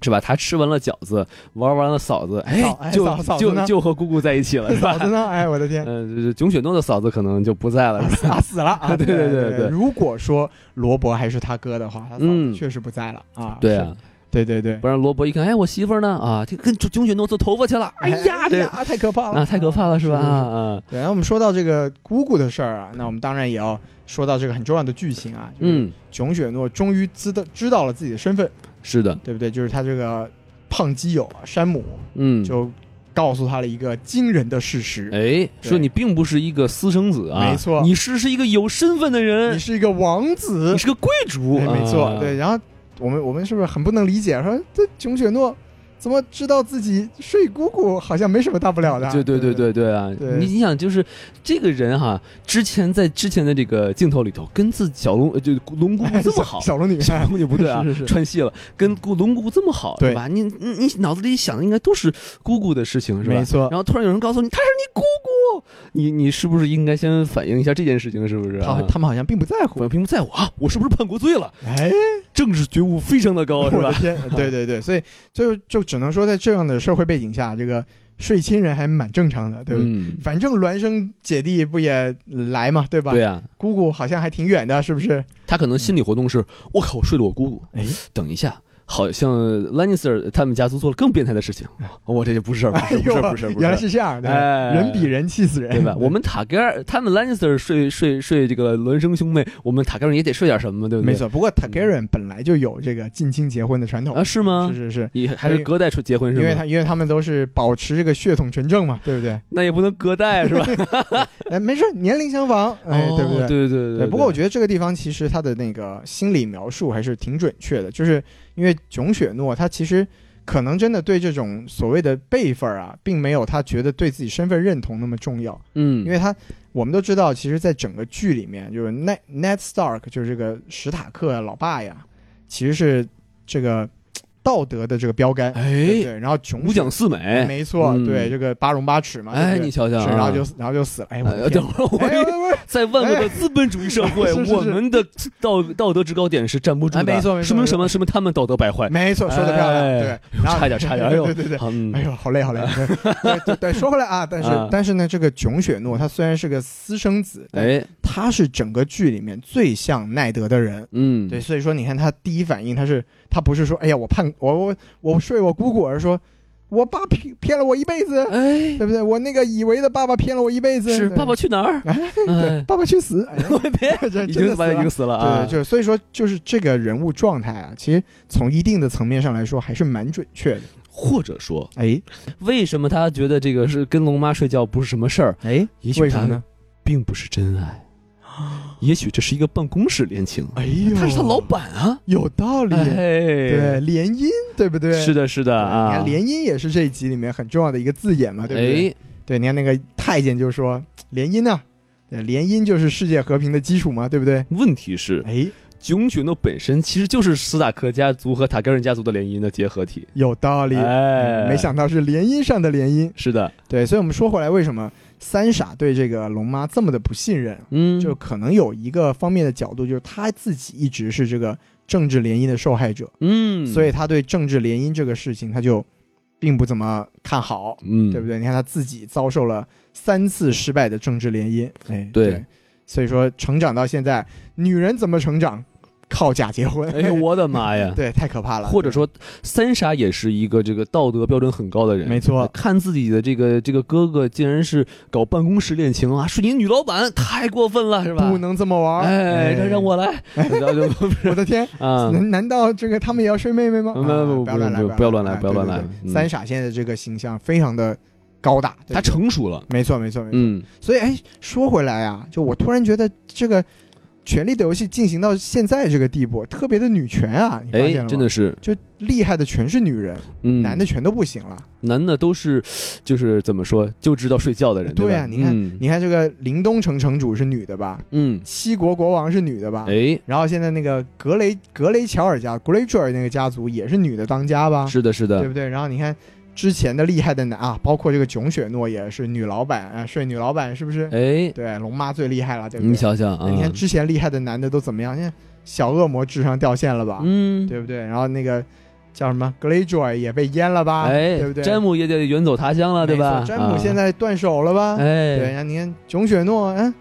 [SPEAKER 2] 是吧？他吃完了饺子，玩完了嫂子，哎
[SPEAKER 1] 嫂，哎
[SPEAKER 2] 就
[SPEAKER 1] 嫂嫂子呢
[SPEAKER 2] 就就和姑姑在一起了，
[SPEAKER 1] 哎，
[SPEAKER 2] 是吧
[SPEAKER 1] 嫂？子呢？哎，我的 天，
[SPEAKER 2] 嗯，就是囧雪诺的嫂子可能就不在了，是吧
[SPEAKER 1] 啊死了啊！
[SPEAKER 2] 对对对对对
[SPEAKER 1] 如果说罗伯还是他哥的话，他嫂子
[SPEAKER 2] 嗯
[SPEAKER 1] 确实不在了啊。
[SPEAKER 2] 对
[SPEAKER 1] 是，
[SPEAKER 2] 啊，
[SPEAKER 1] 对对对。
[SPEAKER 2] 不然罗伯一看，哎，我媳妇儿呢？啊，这跟囧雪诺做头发去了。哎呀，
[SPEAKER 1] 哎
[SPEAKER 2] 这
[SPEAKER 1] 呀，太可怕了
[SPEAKER 2] 啊太可怕了，是吧？
[SPEAKER 1] 是是是
[SPEAKER 2] 啊，
[SPEAKER 1] 对，那我们说到这个姑姑的事儿啊，那我们当然也要说到这个很重要的剧情啊。，
[SPEAKER 2] 嗯，
[SPEAKER 1] 囧雪诺终于知道知道了自己的身份，
[SPEAKER 2] 是的，
[SPEAKER 1] 对不对？就是他这个胖基友啊山姆
[SPEAKER 2] 嗯，
[SPEAKER 1] 就告诉他了一个惊人的事实。
[SPEAKER 2] 哎，
[SPEAKER 1] 对
[SPEAKER 2] 说你并不是一个私生子啊，
[SPEAKER 1] 没错
[SPEAKER 2] 你是是一个有身份的
[SPEAKER 1] 你
[SPEAKER 2] 人，
[SPEAKER 1] 是一个王子
[SPEAKER 2] 你，是个贵族，
[SPEAKER 1] 哎没错，
[SPEAKER 2] 啊
[SPEAKER 1] 对。，然后我们我们是不是很不能理解？说这囧雪诺怎么知道自己睡姑姑好像没什么大不了的？
[SPEAKER 2] 对对对
[SPEAKER 1] 对
[SPEAKER 2] 对对啊！
[SPEAKER 1] 对
[SPEAKER 2] 你你想，就是这个人哈，之前在之前的这个镜头里头，跟自己小龙呃就龙姑姑这么好，
[SPEAKER 1] 小龙女，
[SPEAKER 2] 小姑 娘不对 啊，
[SPEAKER 1] 是是是
[SPEAKER 2] 串戏了，跟姑龙姑这么好，
[SPEAKER 1] 对
[SPEAKER 2] 是吧？你你你脑子里想的应该都是姑姑的事情，是吧？
[SPEAKER 1] 没错
[SPEAKER 2] 然后突然有人告诉你她是你姑姑，你你是不是应该先反映一下这件事情？是不是、
[SPEAKER 1] 他
[SPEAKER 2] 啊？
[SPEAKER 1] 他们好像并不在乎
[SPEAKER 2] 我。屏幕在我啊，我是不是叛国罪了？
[SPEAKER 1] 哎，
[SPEAKER 2] 政治觉悟非常 的高，是
[SPEAKER 1] 我的
[SPEAKER 2] 吧？
[SPEAKER 1] 天， 对对对，所以就就只能说，在这样的社会背景下，这个睡亲人还蛮正常的，对不对？
[SPEAKER 2] 嗯，
[SPEAKER 1] 反正孪生姐弟不也来嘛，对吧？
[SPEAKER 2] 对啊，
[SPEAKER 1] 姑姑好像还挺远的，是不是？
[SPEAKER 2] 他可能心理活动是，我靠，睡了我姑姑，
[SPEAKER 1] 哎，
[SPEAKER 2] 等一下。好像 Lannister 他们家族做了更变态的事情，
[SPEAKER 1] 哎
[SPEAKER 2] 我、这就不是事儿，不是不是不是，不是
[SPEAKER 1] 原来是这样的，
[SPEAKER 2] 哎
[SPEAKER 1] 人比人气死人，
[SPEAKER 2] 对吧？我们塔盖尔他们 Lannister 睡睡睡这个孪生兄妹，我们塔盖尔也得睡点什么，对不对？嗯
[SPEAKER 1] 没错。不过 Targaryen 本来就有这个近亲结婚的传统，
[SPEAKER 2] 啊，是吗
[SPEAKER 1] 是？是是，
[SPEAKER 2] 也还是隔代出结婚是
[SPEAKER 1] 因为
[SPEAKER 2] 吗？
[SPEAKER 1] 他因为他们都是保持这个血统纯正嘛，对不对？
[SPEAKER 2] 那也不能隔代是吧？
[SPEAKER 1] 哎，没事，年龄相仿， 哎，
[SPEAKER 2] 哦
[SPEAKER 1] 对不对？
[SPEAKER 2] 对对对
[SPEAKER 1] 对，不过我
[SPEAKER 2] 觉
[SPEAKER 1] 觉得这个地方其实他的那个心理描述还是挺准确的，就是因为囧雪诺他其实可能真的对这种所谓的辈分啊，并没有他觉得对自己身份认同那么重要，
[SPEAKER 2] 得，嗯，
[SPEAKER 1] 因为他我们都知道，其实在整个剧里面，就是 Ned Ned Stark 就是这个史塔克老爸呀，其实是这个嘖道德的这个标杆，对不
[SPEAKER 2] 哎，
[SPEAKER 1] 对，然后囧
[SPEAKER 2] 五
[SPEAKER 1] 雪
[SPEAKER 2] 讲四美，
[SPEAKER 1] 没错，
[SPEAKER 2] 嗯
[SPEAKER 1] 对这个八荣八耻嘛，
[SPEAKER 2] 哎，
[SPEAKER 1] 对不对
[SPEAKER 2] 你瞧瞧
[SPEAKER 1] 是
[SPEAKER 2] 啊，
[SPEAKER 1] 然后就然后就死了，哎，我
[SPEAKER 2] 哎
[SPEAKER 1] 的
[SPEAKER 2] 等
[SPEAKER 1] 天，
[SPEAKER 2] 会儿
[SPEAKER 1] 哎呦
[SPEAKER 2] 我。
[SPEAKER 1] 喂喂
[SPEAKER 2] 在万恶的资本主义社会，
[SPEAKER 1] 哎 是是是
[SPEAKER 2] 我们的道道德制高点是站不住的。
[SPEAKER 1] 哎没错没错
[SPEAKER 2] 说明
[SPEAKER 1] 没错
[SPEAKER 2] 什么？说明他们道德败坏。
[SPEAKER 1] 没错，说的漂亮，
[SPEAKER 2] 哎
[SPEAKER 1] 对，然后
[SPEAKER 2] 差一点，差一点。哎 呦，
[SPEAKER 1] 对对对。
[SPEAKER 2] 好，嗯
[SPEAKER 1] 哎呦，好累，好累。对对对对，说回来啊，但是、
[SPEAKER 2] 啊
[SPEAKER 1] 但是呢，这个囧雪诺他虽然是个私生子，但
[SPEAKER 2] 哎，
[SPEAKER 1] 他是整个剧里面最像奈德的人。
[SPEAKER 2] 嗯，
[SPEAKER 1] 对，所以说你看他第一反应，他是他不是说，哎呀，我叛我我我睡我姑姑，而是说我爸骗骗了我一辈子，
[SPEAKER 2] 哎，
[SPEAKER 1] 对不对？我那个以为的爸爸骗了我一辈子，
[SPEAKER 2] 是
[SPEAKER 1] 对
[SPEAKER 2] 爸爸去哪儿？
[SPEAKER 1] 哎，对，
[SPEAKER 2] 哎，
[SPEAKER 1] 爸爸去死，哎
[SPEAKER 2] 我别，
[SPEAKER 1] 这 真
[SPEAKER 2] 已
[SPEAKER 1] 的
[SPEAKER 2] 经
[SPEAKER 1] 死
[SPEAKER 2] 把他已
[SPEAKER 1] 了
[SPEAKER 2] 经死了啊！
[SPEAKER 1] 对，就是所以说，就是这个人物状态啊，其实从一定的层面上来说，还是蛮准确的。
[SPEAKER 2] 或者说，
[SPEAKER 1] 哎
[SPEAKER 2] 为什么他觉得这个是跟龙妈睡觉不是什么事儿？
[SPEAKER 1] 哎，
[SPEAKER 2] 也许
[SPEAKER 1] 为什
[SPEAKER 2] 他
[SPEAKER 1] 么呢？
[SPEAKER 2] 并不是 真爱，也许这是一个办公室恋情。
[SPEAKER 1] 哎呦，
[SPEAKER 2] 他是他老，板啊，
[SPEAKER 1] 有道理。对，
[SPEAKER 2] 哎，
[SPEAKER 1] 联姻，对不对？
[SPEAKER 2] 是的，是的
[SPEAKER 1] 对你
[SPEAKER 2] 啊
[SPEAKER 1] 看，。联姻也是这一集里面很重要的一个字眼嘛，对不对？
[SPEAKER 2] 哎，
[SPEAKER 1] 对，你看那个太监就说联姻呢，对联姻就是世界和平的基础嘛，对不对？
[SPEAKER 2] 问题是，
[SPEAKER 1] 哎，
[SPEAKER 2] 囧雪诺本身其实就是斯塔克家族和塔格尔家族的联姻的结合体。
[SPEAKER 1] 有道理。嗯
[SPEAKER 2] 哎，
[SPEAKER 1] 没想到是联姻上的联姻，
[SPEAKER 2] 是的，
[SPEAKER 1] 对，所以我们说回来，为什么三傻对这个龙妈这么的不信任？啊
[SPEAKER 2] 嗯，
[SPEAKER 1] 就可能有一个方面的角度，就是他自己一直是这个政治联姻的受害者，
[SPEAKER 2] 嗯，
[SPEAKER 1] 所以他对政治联姻这个事情他就并不怎么看好，
[SPEAKER 2] 嗯，
[SPEAKER 1] 对不对？你看他自己遭受了三次失败的政治联姻，哎，
[SPEAKER 2] 对
[SPEAKER 1] 所以说成长到现在，女人怎么成长？靠假结婚，！
[SPEAKER 2] 哎呦，我的妈 呀
[SPEAKER 1] 对，太可怕了。
[SPEAKER 2] 或者说，三傻也是一个这个道德标准很高的人，
[SPEAKER 1] 没错
[SPEAKER 2] 看自己的这个这个哥哥竟然是搞办公室恋情啊，是你女老板，太过分了，是吧？
[SPEAKER 1] 不能啊这么玩儿，
[SPEAKER 2] 哎，让让，我 来，然后就
[SPEAKER 1] 我的 天，
[SPEAKER 2] 啊，
[SPEAKER 1] 难难道这个他们也要睡妹妹吗？
[SPEAKER 2] 嗯
[SPEAKER 1] 啊
[SPEAKER 2] 不
[SPEAKER 1] 不要乱来，
[SPEAKER 2] 不不要乱来
[SPEAKER 1] 哎
[SPEAKER 2] 不要乱
[SPEAKER 1] 对对
[SPEAKER 2] 来
[SPEAKER 1] 对
[SPEAKER 2] 嗯
[SPEAKER 1] 三傻现在这个形象非常的高大，对
[SPEAKER 2] 他
[SPEAKER 1] 不对
[SPEAKER 2] 成熟了，
[SPEAKER 1] 没错没错没错。
[SPEAKER 2] 嗯，
[SPEAKER 1] 所以哎，说回来啊，就我突然觉得这个《权力的游戏》进行到现在这个地步，特别的女权啊，你发
[SPEAKER 2] 哎
[SPEAKER 1] 现了，吗
[SPEAKER 2] 真的是，
[SPEAKER 1] 就厉害的全是女人，
[SPEAKER 2] 嗯，
[SPEAKER 1] 男的全都不行了。
[SPEAKER 2] 男的都是，就是怎么说，就知道睡觉的人，
[SPEAKER 1] 对
[SPEAKER 2] 吧
[SPEAKER 1] 啊，你看
[SPEAKER 2] 嗯
[SPEAKER 1] 你看这个林东城城主是女的吧，
[SPEAKER 2] 嗯，
[SPEAKER 1] 七国国王是女的吧。
[SPEAKER 2] 哎，
[SPEAKER 1] 然后现在那个格雷格雷乔尔家 Greyjoy 那个家族也是女的当家吧？
[SPEAKER 2] 是的，是
[SPEAKER 1] 啊对
[SPEAKER 2] 的，
[SPEAKER 1] 不对？然后你看之前的厉害的男啊，包括这个囧雪诺也是女老板啊，睡女老板是不是？
[SPEAKER 2] 哎，
[SPEAKER 1] 对，龙妈最厉害了，对不
[SPEAKER 2] 你
[SPEAKER 1] 对？
[SPEAKER 2] 想想啊，
[SPEAKER 1] 你看之前厉害的男的都怎么样？现在小恶魔智商掉线了吧？
[SPEAKER 2] 嗯，
[SPEAKER 1] 啊对不对？然后那个叫什么 Greyjoy 也被淹了吧？
[SPEAKER 2] 哎，
[SPEAKER 1] 对不对？
[SPEAKER 2] 詹姆也得远走他乡了，对吧？
[SPEAKER 1] 没错詹姆现
[SPEAKER 2] 啊，
[SPEAKER 1] 在断手了吧？对，
[SPEAKER 2] 哎，
[SPEAKER 1] 然后你看囧雪诺，嗯，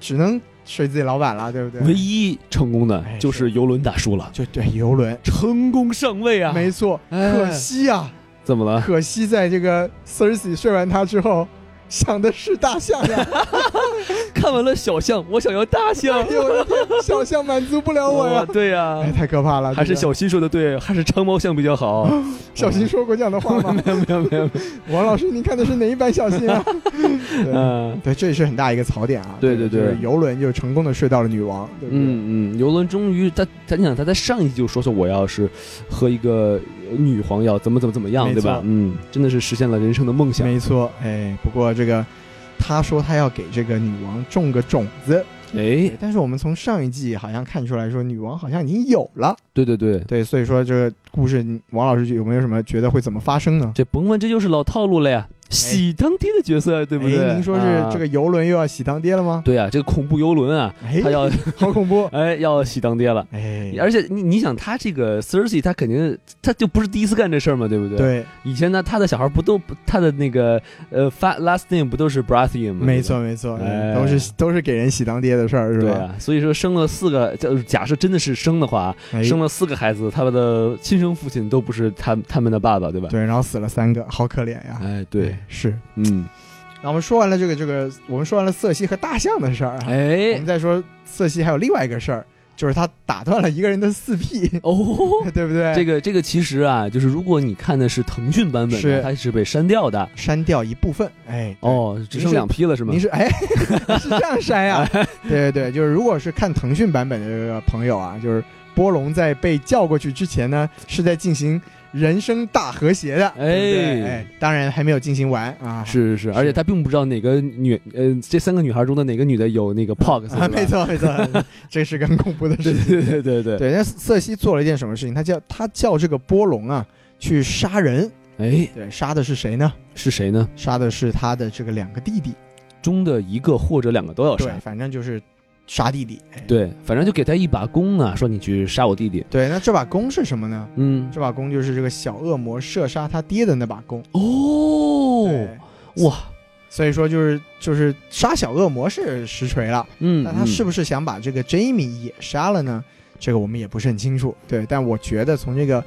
[SPEAKER 1] 只能睡自己老板了，对不对？
[SPEAKER 2] 唯一成功的
[SPEAKER 1] 哎
[SPEAKER 2] 就是游轮大叔了，
[SPEAKER 1] 就对游轮，
[SPEAKER 2] 成功上位啊！
[SPEAKER 1] 没错，
[SPEAKER 2] 哎
[SPEAKER 1] 可惜啊。
[SPEAKER 2] 怎么了？
[SPEAKER 1] 可惜在这个 Cersei 睡完他之后，想的是大象呀！
[SPEAKER 2] 看完了小象，我想要大
[SPEAKER 1] 哎
[SPEAKER 2] 象。
[SPEAKER 1] 呦我的天，小象满足不了我
[SPEAKER 2] 哇
[SPEAKER 1] 呀！
[SPEAKER 2] 哦对呀
[SPEAKER 1] 哎，，太可怕了！
[SPEAKER 2] 还是
[SPEAKER 1] 这个
[SPEAKER 2] 小新说的对，还是长毛象比 较好。
[SPEAKER 1] 小新说过这样的 话吗？
[SPEAKER 2] 没有没有没有，
[SPEAKER 1] 王老师，你看的是哪一版小 新啊？对
[SPEAKER 2] 嗯
[SPEAKER 1] 对，这也是很大一个槽点啊！
[SPEAKER 2] 对对对
[SPEAKER 1] 就是游轮就成功的睡到了女王，对不对？
[SPEAKER 2] 嗯嗯，游轮终于他他你想他在上一集就说说我要是喝一个呃女皇药怎么怎么怎么样，
[SPEAKER 1] 没
[SPEAKER 2] 对
[SPEAKER 1] 错
[SPEAKER 2] 吧？嗯，真的是实现了人生的梦想。
[SPEAKER 1] 没错，哎，不过这个他说他要给这个女王种个种子，
[SPEAKER 2] 哎，
[SPEAKER 1] 但是我们从上一季好像看出来说，女王好像已经有了。
[SPEAKER 2] 对对对，
[SPEAKER 1] 对，所以说这个故事，王老师有没有什么觉得会怎么发生呢？
[SPEAKER 2] 这甭问，这就是老套路了呀。喜当爹的角色，对不对？
[SPEAKER 1] 哎您说是这
[SPEAKER 2] 啊？
[SPEAKER 1] 个游轮又要洗当爹了吗？
[SPEAKER 2] 对啊，这个恐怖游轮啊，
[SPEAKER 1] 哎
[SPEAKER 2] 他，要！
[SPEAKER 1] 好恐怖
[SPEAKER 2] 哎要喜当爹了。
[SPEAKER 1] 哎，
[SPEAKER 2] 而且你你想，他这个 Cersei，他肯定他就不是第一次干这事儿嘛，对不对？。
[SPEAKER 1] 对，
[SPEAKER 2] 以前呢，他的小孩不都他的那个呃发 last name 不都是 Baratheon 吗？
[SPEAKER 1] 没错没错，
[SPEAKER 2] 哎
[SPEAKER 1] 都是都是给人喜当爹的事儿，
[SPEAKER 2] 对
[SPEAKER 1] 是
[SPEAKER 2] 吧。对
[SPEAKER 1] 吧？
[SPEAKER 2] 啊，所以说生了四个，就是假设真的是生的话，
[SPEAKER 1] 哎
[SPEAKER 2] 生了四个孩子，他们的亲生父亲都不是他他们的爸爸，对吧？
[SPEAKER 1] 对，然后死了三个，好可怜呀。
[SPEAKER 2] 哎，对
[SPEAKER 1] 哎，，是。
[SPEAKER 2] 嗯，
[SPEAKER 1] 那我们说完了这个这个，我们说完了色西和大象的事儿啊，我
[SPEAKER 2] 哎
[SPEAKER 1] 们，再说色西还有另外一个事儿，就是他打断了一个人的四 P，
[SPEAKER 2] 哦，
[SPEAKER 1] 对不对？
[SPEAKER 2] 这个这个其实啊，就是如果你看的是腾讯版本的，
[SPEAKER 1] 是
[SPEAKER 2] 它是被删掉的。
[SPEAKER 1] 删掉一部分，哎，对。
[SPEAKER 2] 哦，只剩
[SPEAKER 1] 是
[SPEAKER 2] 两批了是哎吗
[SPEAKER 1] 您？是哎， 是这样删 呀、对对对，就是如果是看腾讯版本的这个朋友啊，就是波龙在被叫过去之前呢，是在进行人生大和谐的，对不对
[SPEAKER 2] 哎
[SPEAKER 1] 哎，当然还没有进行完啊，
[SPEAKER 2] 是是是，而且他并不知道哪个女，呃，这三个女孩中的哪个女的有那个 pox，
[SPEAKER 1] 啊，没
[SPEAKER 2] 是吧，
[SPEAKER 1] 错没错， 这是个很恐怖的事
[SPEAKER 2] 对
[SPEAKER 1] 情。
[SPEAKER 2] 对对对对，
[SPEAKER 1] 对，那瑟西做了一件什么事情？他叫他叫这个波龙啊去杀人，
[SPEAKER 2] 哎，
[SPEAKER 1] 对，杀的是谁呢？
[SPEAKER 2] 是谁呢？
[SPEAKER 1] 杀的是他的这个两个弟弟，
[SPEAKER 2] 中的一个或者两个都要
[SPEAKER 1] 对
[SPEAKER 2] 哦杀，。
[SPEAKER 1] 反正就是杀弟弟。哎
[SPEAKER 2] 对，反正就给他一把弓啊，说你去杀我弟弟。
[SPEAKER 1] 对，那这把弓是什么呢？
[SPEAKER 2] 嗯，
[SPEAKER 1] 这把弓就是这个小恶魔射杀他爹的那把弓。
[SPEAKER 2] 哦
[SPEAKER 1] 对，，
[SPEAKER 2] 哇，
[SPEAKER 1] 所以说就是就是杀小恶魔是实锤了，
[SPEAKER 2] 嗯，
[SPEAKER 1] 但他是
[SPEAKER 2] 不
[SPEAKER 1] 不是想把这个 Jamie 也杀了呢？这个我们也不是很清楚。对，但我觉得从这个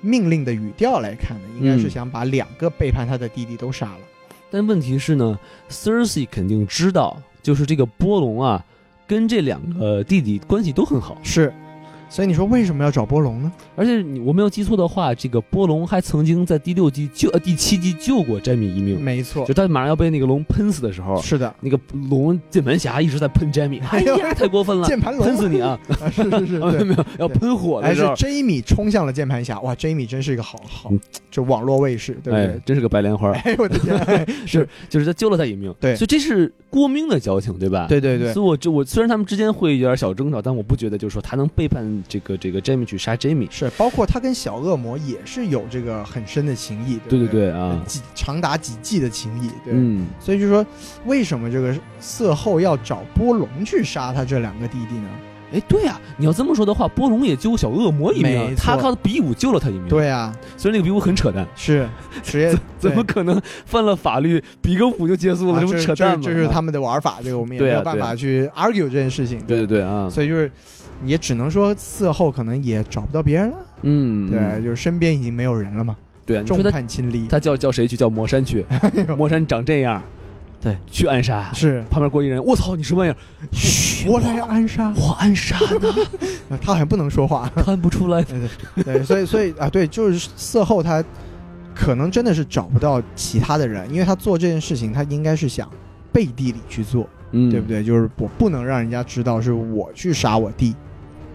[SPEAKER 1] 命令的语调来看呢，应该是
[SPEAKER 2] 嗯
[SPEAKER 1] 想把两个背叛他的弟弟都杀了。
[SPEAKER 2] 但问题是呢，Cersei 肯定知道，就是这个波龙啊，跟这两个
[SPEAKER 1] 嗯
[SPEAKER 2] 弟弟关系都很好，
[SPEAKER 1] 是，所以你说为什么要找波龙呢？
[SPEAKER 2] 而且你我没有记错的话，这个波龙还曾经在第六季救呃第七季救过詹米一命，
[SPEAKER 1] 没错
[SPEAKER 2] 就，他马上要被那个龙喷死的时候，
[SPEAKER 1] 嗯是的，
[SPEAKER 2] 那个龙键盘侠一直在喷詹米，哎
[SPEAKER 1] 哎呦
[SPEAKER 2] 呀，太过分了，
[SPEAKER 1] 键盘龙
[SPEAKER 2] 喷死你啊！
[SPEAKER 1] 啊！是是 是，
[SPEAKER 2] 啊没有
[SPEAKER 1] 对。
[SPEAKER 2] 没有，要喷火
[SPEAKER 1] 还
[SPEAKER 2] 的
[SPEAKER 1] 是
[SPEAKER 2] 时候，
[SPEAKER 1] Jamie 冲向了键盘侠，哇，Jamie 真是一个好好
[SPEAKER 2] 嗯，
[SPEAKER 1] 就网络卫士，对不
[SPEAKER 2] 哎
[SPEAKER 1] 对，？
[SPEAKER 2] 真是个白莲花。
[SPEAKER 1] 哎，我的天，哎
[SPEAKER 2] 是，就是他救了他一命，
[SPEAKER 1] 对
[SPEAKER 2] 所以这是郭明的交情，对吧？，
[SPEAKER 1] 对对对，
[SPEAKER 2] 所以我就我虽然他们之间会有点小争吵，但我不觉得就是说他能背叛这个这个 Jamie 去杀 Jamie，
[SPEAKER 1] 是，包括他跟小恶魔也是有这个很深的情谊，
[SPEAKER 2] 对
[SPEAKER 1] 不
[SPEAKER 2] 对
[SPEAKER 1] 对呃
[SPEAKER 2] 对啊，
[SPEAKER 1] 几长达几季的情谊，对。
[SPEAKER 2] 嗯，
[SPEAKER 1] 所以就说，为什么这个色后要找波龙去杀他这两个弟弟呢？
[SPEAKER 2] 哎，对啊，你要这么说的话，波龙也救小恶魔一命
[SPEAKER 1] 没，错
[SPEAKER 2] 他靠比武救了他一命，，
[SPEAKER 1] 对啊，
[SPEAKER 2] 虽然那个比武很扯淡，
[SPEAKER 1] 是职业
[SPEAKER 2] 怎么可能犯了法律比个武就结束了，
[SPEAKER 1] 啊
[SPEAKER 2] 这不
[SPEAKER 1] 这
[SPEAKER 2] 扯淡吗？
[SPEAKER 1] 这这是
[SPEAKER 2] 啊
[SPEAKER 1] 他们的玩法，这个我们也没
[SPEAKER 2] 对啊
[SPEAKER 1] 有办法去 argue 这件事情。
[SPEAKER 2] 对对对啊，
[SPEAKER 1] 所以就是，也只能说色后可能也找不到别人了，
[SPEAKER 2] 嗯，
[SPEAKER 1] 对，
[SPEAKER 2] 嗯
[SPEAKER 1] 就是身边已经没有人了嘛，
[SPEAKER 2] 对啊，你
[SPEAKER 1] 众
[SPEAKER 2] 说他
[SPEAKER 1] 叛亲离。
[SPEAKER 2] 他叫叫谁去叫魔 山去，魔山长这样，
[SPEAKER 1] 对，
[SPEAKER 2] 去暗杀，
[SPEAKER 1] 是，
[SPEAKER 2] 旁边过一人，我操，你什么玩意儿？嘘
[SPEAKER 1] 我来暗杀，
[SPEAKER 2] 我 暗杀呢，
[SPEAKER 1] 他好像不能说话。
[SPEAKER 2] 看不出来。
[SPEAKER 1] 对，所以所以啊，对，就是色后他可能真的是找不到其他的人，因为他做这件事情，他应该是想背地里去做，
[SPEAKER 2] 嗯
[SPEAKER 1] 对不？对？就是我不能让人家知道是我去杀我弟，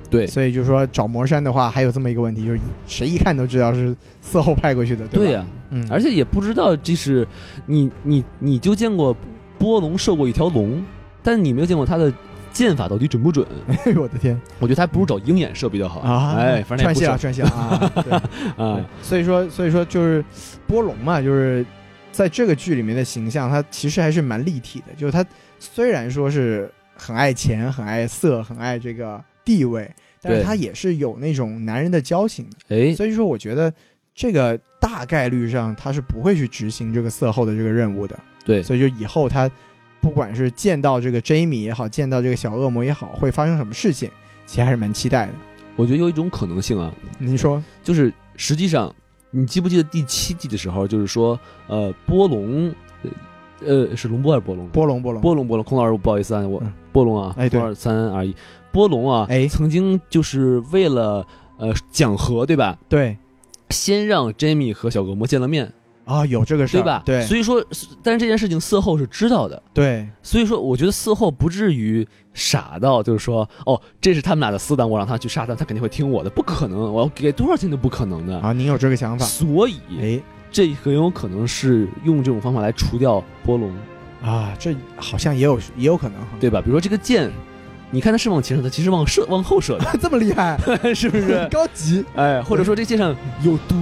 [SPEAKER 2] 对
[SPEAKER 1] 所以就说找魔山的话，还有这么一个问题，就是谁一看都知道是色后派过去的，吧？
[SPEAKER 2] 对呀、
[SPEAKER 1] 嗯，
[SPEAKER 2] 而且也不知道这是你你你就见过波龙射过一条龙，但你没有见过他的箭法到底准不准？
[SPEAKER 1] 哎呦我的天
[SPEAKER 2] 我觉得他还不如找鹰眼射比较好
[SPEAKER 1] 啊！
[SPEAKER 2] 哎，反正
[SPEAKER 1] 串
[SPEAKER 2] 也不
[SPEAKER 1] 戏了，
[SPEAKER 2] 射
[SPEAKER 1] 串戏了啊！对对
[SPEAKER 2] 啊，，
[SPEAKER 1] 所以说，所以说就是波龙嘛，就是在这个剧里面的形象，他其实还是蛮立体的。就是他虽然说是很爱钱、很爱色、很爱这个地位，但是
[SPEAKER 2] 对
[SPEAKER 1] 他也是有那种男人的交情的。
[SPEAKER 2] 哎，
[SPEAKER 1] 所以说，我觉得这个大概率上他是不会去执行这个色后的这个任务的。
[SPEAKER 2] 对，
[SPEAKER 1] 所以就以后他不管是见到这个 Jamie 也好，见到这个小恶魔也好，会发生什么事情，其实还是蛮期待的。
[SPEAKER 2] 我觉得有一种可能性啊，
[SPEAKER 1] 您说
[SPEAKER 2] 就是实际上你记不记得第七季的时候，就是说呃波龙，呃呃是龙波还是波龙？
[SPEAKER 1] 波龙波龙
[SPEAKER 2] 波龙波龙，空老师，不好意思啊，我
[SPEAKER 1] 嗯
[SPEAKER 2] 波龙啊，
[SPEAKER 1] 哎对
[SPEAKER 2] 波二三二一，波龙啊，
[SPEAKER 1] 哎
[SPEAKER 2] 曾经就是为了呃讲和，对吧？
[SPEAKER 1] 对
[SPEAKER 2] 先让 Jamie 和小恶魔见了面，
[SPEAKER 1] 啊、有这个事儿
[SPEAKER 2] 对吧？
[SPEAKER 1] 对
[SPEAKER 2] 所以说，但是这件事情事后是知道的，
[SPEAKER 1] 对，
[SPEAKER 2] 所以说我觉得事后不至于傻到就是说，哦，这是他们俩的私党，我让他去杀他，他肯定会听我的，不可能，我要给多少钱都不可能的。
[SPEAKER 1] 啊，您有这个想法？
[SPEAKER 2] 所以，
[SPEAKER 1] 哎，
[SPEAKER 2] 这很有可能是用这种方法来除掉波龙，
[SPEAKER 1] 啊，这好像也有也有可能哈。
[SPEAKER 2] 对吧？比如说这个箭，你看他是往前射，他其实往射往后射的。
[SPEAKER 1] 这么厉害，
[SPEAKER 2] 是不是
[SPEAKER 1] ？高级？
[SPEAKER 2] 哎，或者说这界上有毒，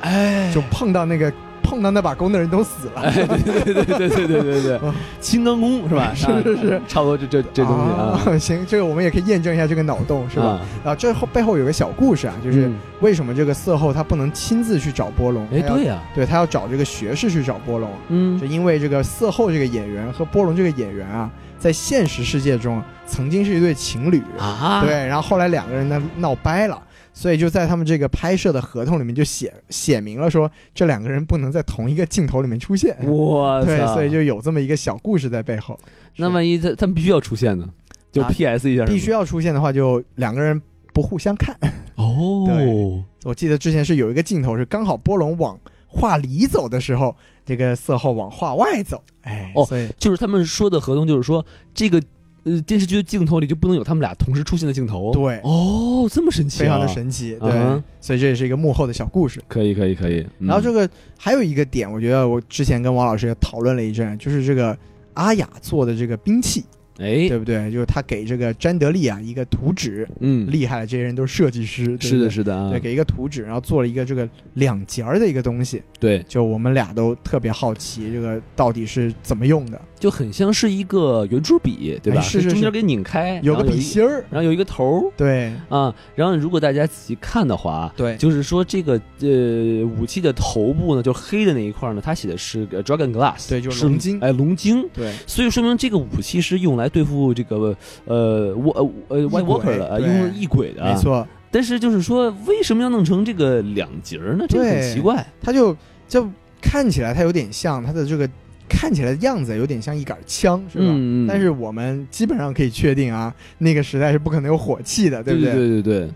[SPEAKER 2] 哎，
[SPEAKER 1] 就碰到那个碰到那把弓的人都死了。
[SPEAKER 2] 哎， 对对对对对对对对
[SPEAKER 1] 嗯，
[SPEAKER 2] 青钢弓是吧？
[SPEAKER 1] 是
[SPEAKER 2] 啊
[SPEAKER 1] 是是，
[SPEAKER 2] 差不多这这这东西啊，
[SPEAKER 1] 啊， 行，这个我们也可以验证一下这个脑洞是吧？
[SPEAKER 2] 啊？
[SPEAKER 1] 啊，这后背后有个小故事啊，就是
[SPEAKER 2] 嗯，
[SPEAKER 1] 为什么这个色后他不能亲自去找波隆？
[SPEAKER 2] 哎，
[SPEAKER 1] 他要
[SPEAKER 2] 对，呀，
[SPEAKER 1] 对他要找这个学士去找波隆，
[SPEAKER 2] 嗯
[SPEAKER 1] 就因为这个色后这个演员和波隆这个演员啊，在现实世界中啊曾经是一对情侣，
[SPEAKER 2] 啊，
[SPEAKER 1] 对，然后后来两个人呢闹掰了。所以就在他们这个拍摄的合同里面就写写明了说，这两个人不能在同一个镜头里面出现。
[SPEAKER 2] 我
[SPEAKER 1] 对，
[SPEAKER 2] 操，
[SPEAKER 1] 所以就有这么一个小故事在背后。
[SPEAKER 2] 那万一他他们必须要出现呢？就
[SPEAKER 1] 啊
[SPEAKER 2] PS 一下是吗，
[SPEAKER 1] 必须要出现的话，就两个人不互相看。
[SPEAKER 2] 哦
[SPEAKER 1] 对，我记得之前是有一个镜头是刚好波隆往画里走的时候，这个色后往画外走。哎，
[SPEAKER 2] 哦
[SPEAKER 1] 所以
[SPEAKER 2] 就是他们说的合同，就是说这个呃电视剧的镜头里就不能有他们俩同时出现的镜头。
[SPEAKER 1] 对
[SPEAKER 2] 哦，这么神奇、啊，
[SPEAKER 1] 非常的神奇。对，
[SPEAKER 2] 嗯哼
[SPEAKER 1] 所以这也是一个幕后的小故事。
[SPEAKER 2] 可以可以可以。嗯
[SPEAKER 1] 然后这个还有一个点，我觉得我之前跟王老师也讨论了一阵，就是这个阿雅做的这个兵器，
[SPEAKER 2] 哎，
[SPEAKER 1] 对不对？就是他给这个詹德利啊一个图纸，
[SPEAKER 2] 嗯，
[SPEAKER 1] 厉害了，这些人都是设计师，对不
[SPEAKER 2] 是的，
[SPEAKER 1] 对
[SPEAKER 2] 是的啊
[SPEAKER 1] 对，，给一个图纸，然后做了一个这个两节儿的一个东西，
[SPEAKER 2] 对，
[SPEAKER 1] 就我们俩都特别好奇，这个到底是怎么用的？
[SPEAKER 2] 就很像是一个圆珠笔，对吧？
[SPEAKER 1] 哎是是
[SPEAKER 2] 中
[SPEAKER 1] 是
[SPEAKER 2] 间给拧开，
[SPEAKER 1] 有个
[SPEAKER 2] 哎然后
[SPEAKER 1] 笔
[SPEAKER 2] 一，
[SPEAKER 1] 芯儿，
[SPEAKER 2] 然后有一个头
[SPEAKER 1] 对
[SPEAKER 2] 儿啊。然后如果大家仔细看的话，
[SPEAKER 1] 对
[SPEAKER 2] 就是说这个呃武器的头部呢，就黑的那一块儿呢，它写的是呃 dragon glass，
[SPEAKER 1] 对就是龙晶
[SPEAKER 2] 哎，龙晶。
[SPEAKER 1] 对
[SPEAKER 2] 所以说明这个武器是用来对付这个呃沃呃呃
[SPEAKER 1] 异鬼
[SPEAKER 2] White Walker 的，呃
[SPEAKER 1] 对
[SPEAKER 2] 用异鬼的，
[SPEAKER 1] 没。错，
[SPEAKER 2] 但是就是说，为什么要弄成这个两节儿呢？这个很
[SPEAKER 1] 对
[SPEAKER 2] 奇怪。
[SPEAKER 1] 它就就看起来它有点像它的这个看起来的样子有点像一杆枪，是吧？
[SPEAKER 2] 嗯，嗯
[SPEAKER 1] 但是我们基本上可以确定啊，那个时代是不可能有火器的，
[SPEAKER 2] 对
[SPEAKER 1] 不
[SPEAKER 2] 对对对对，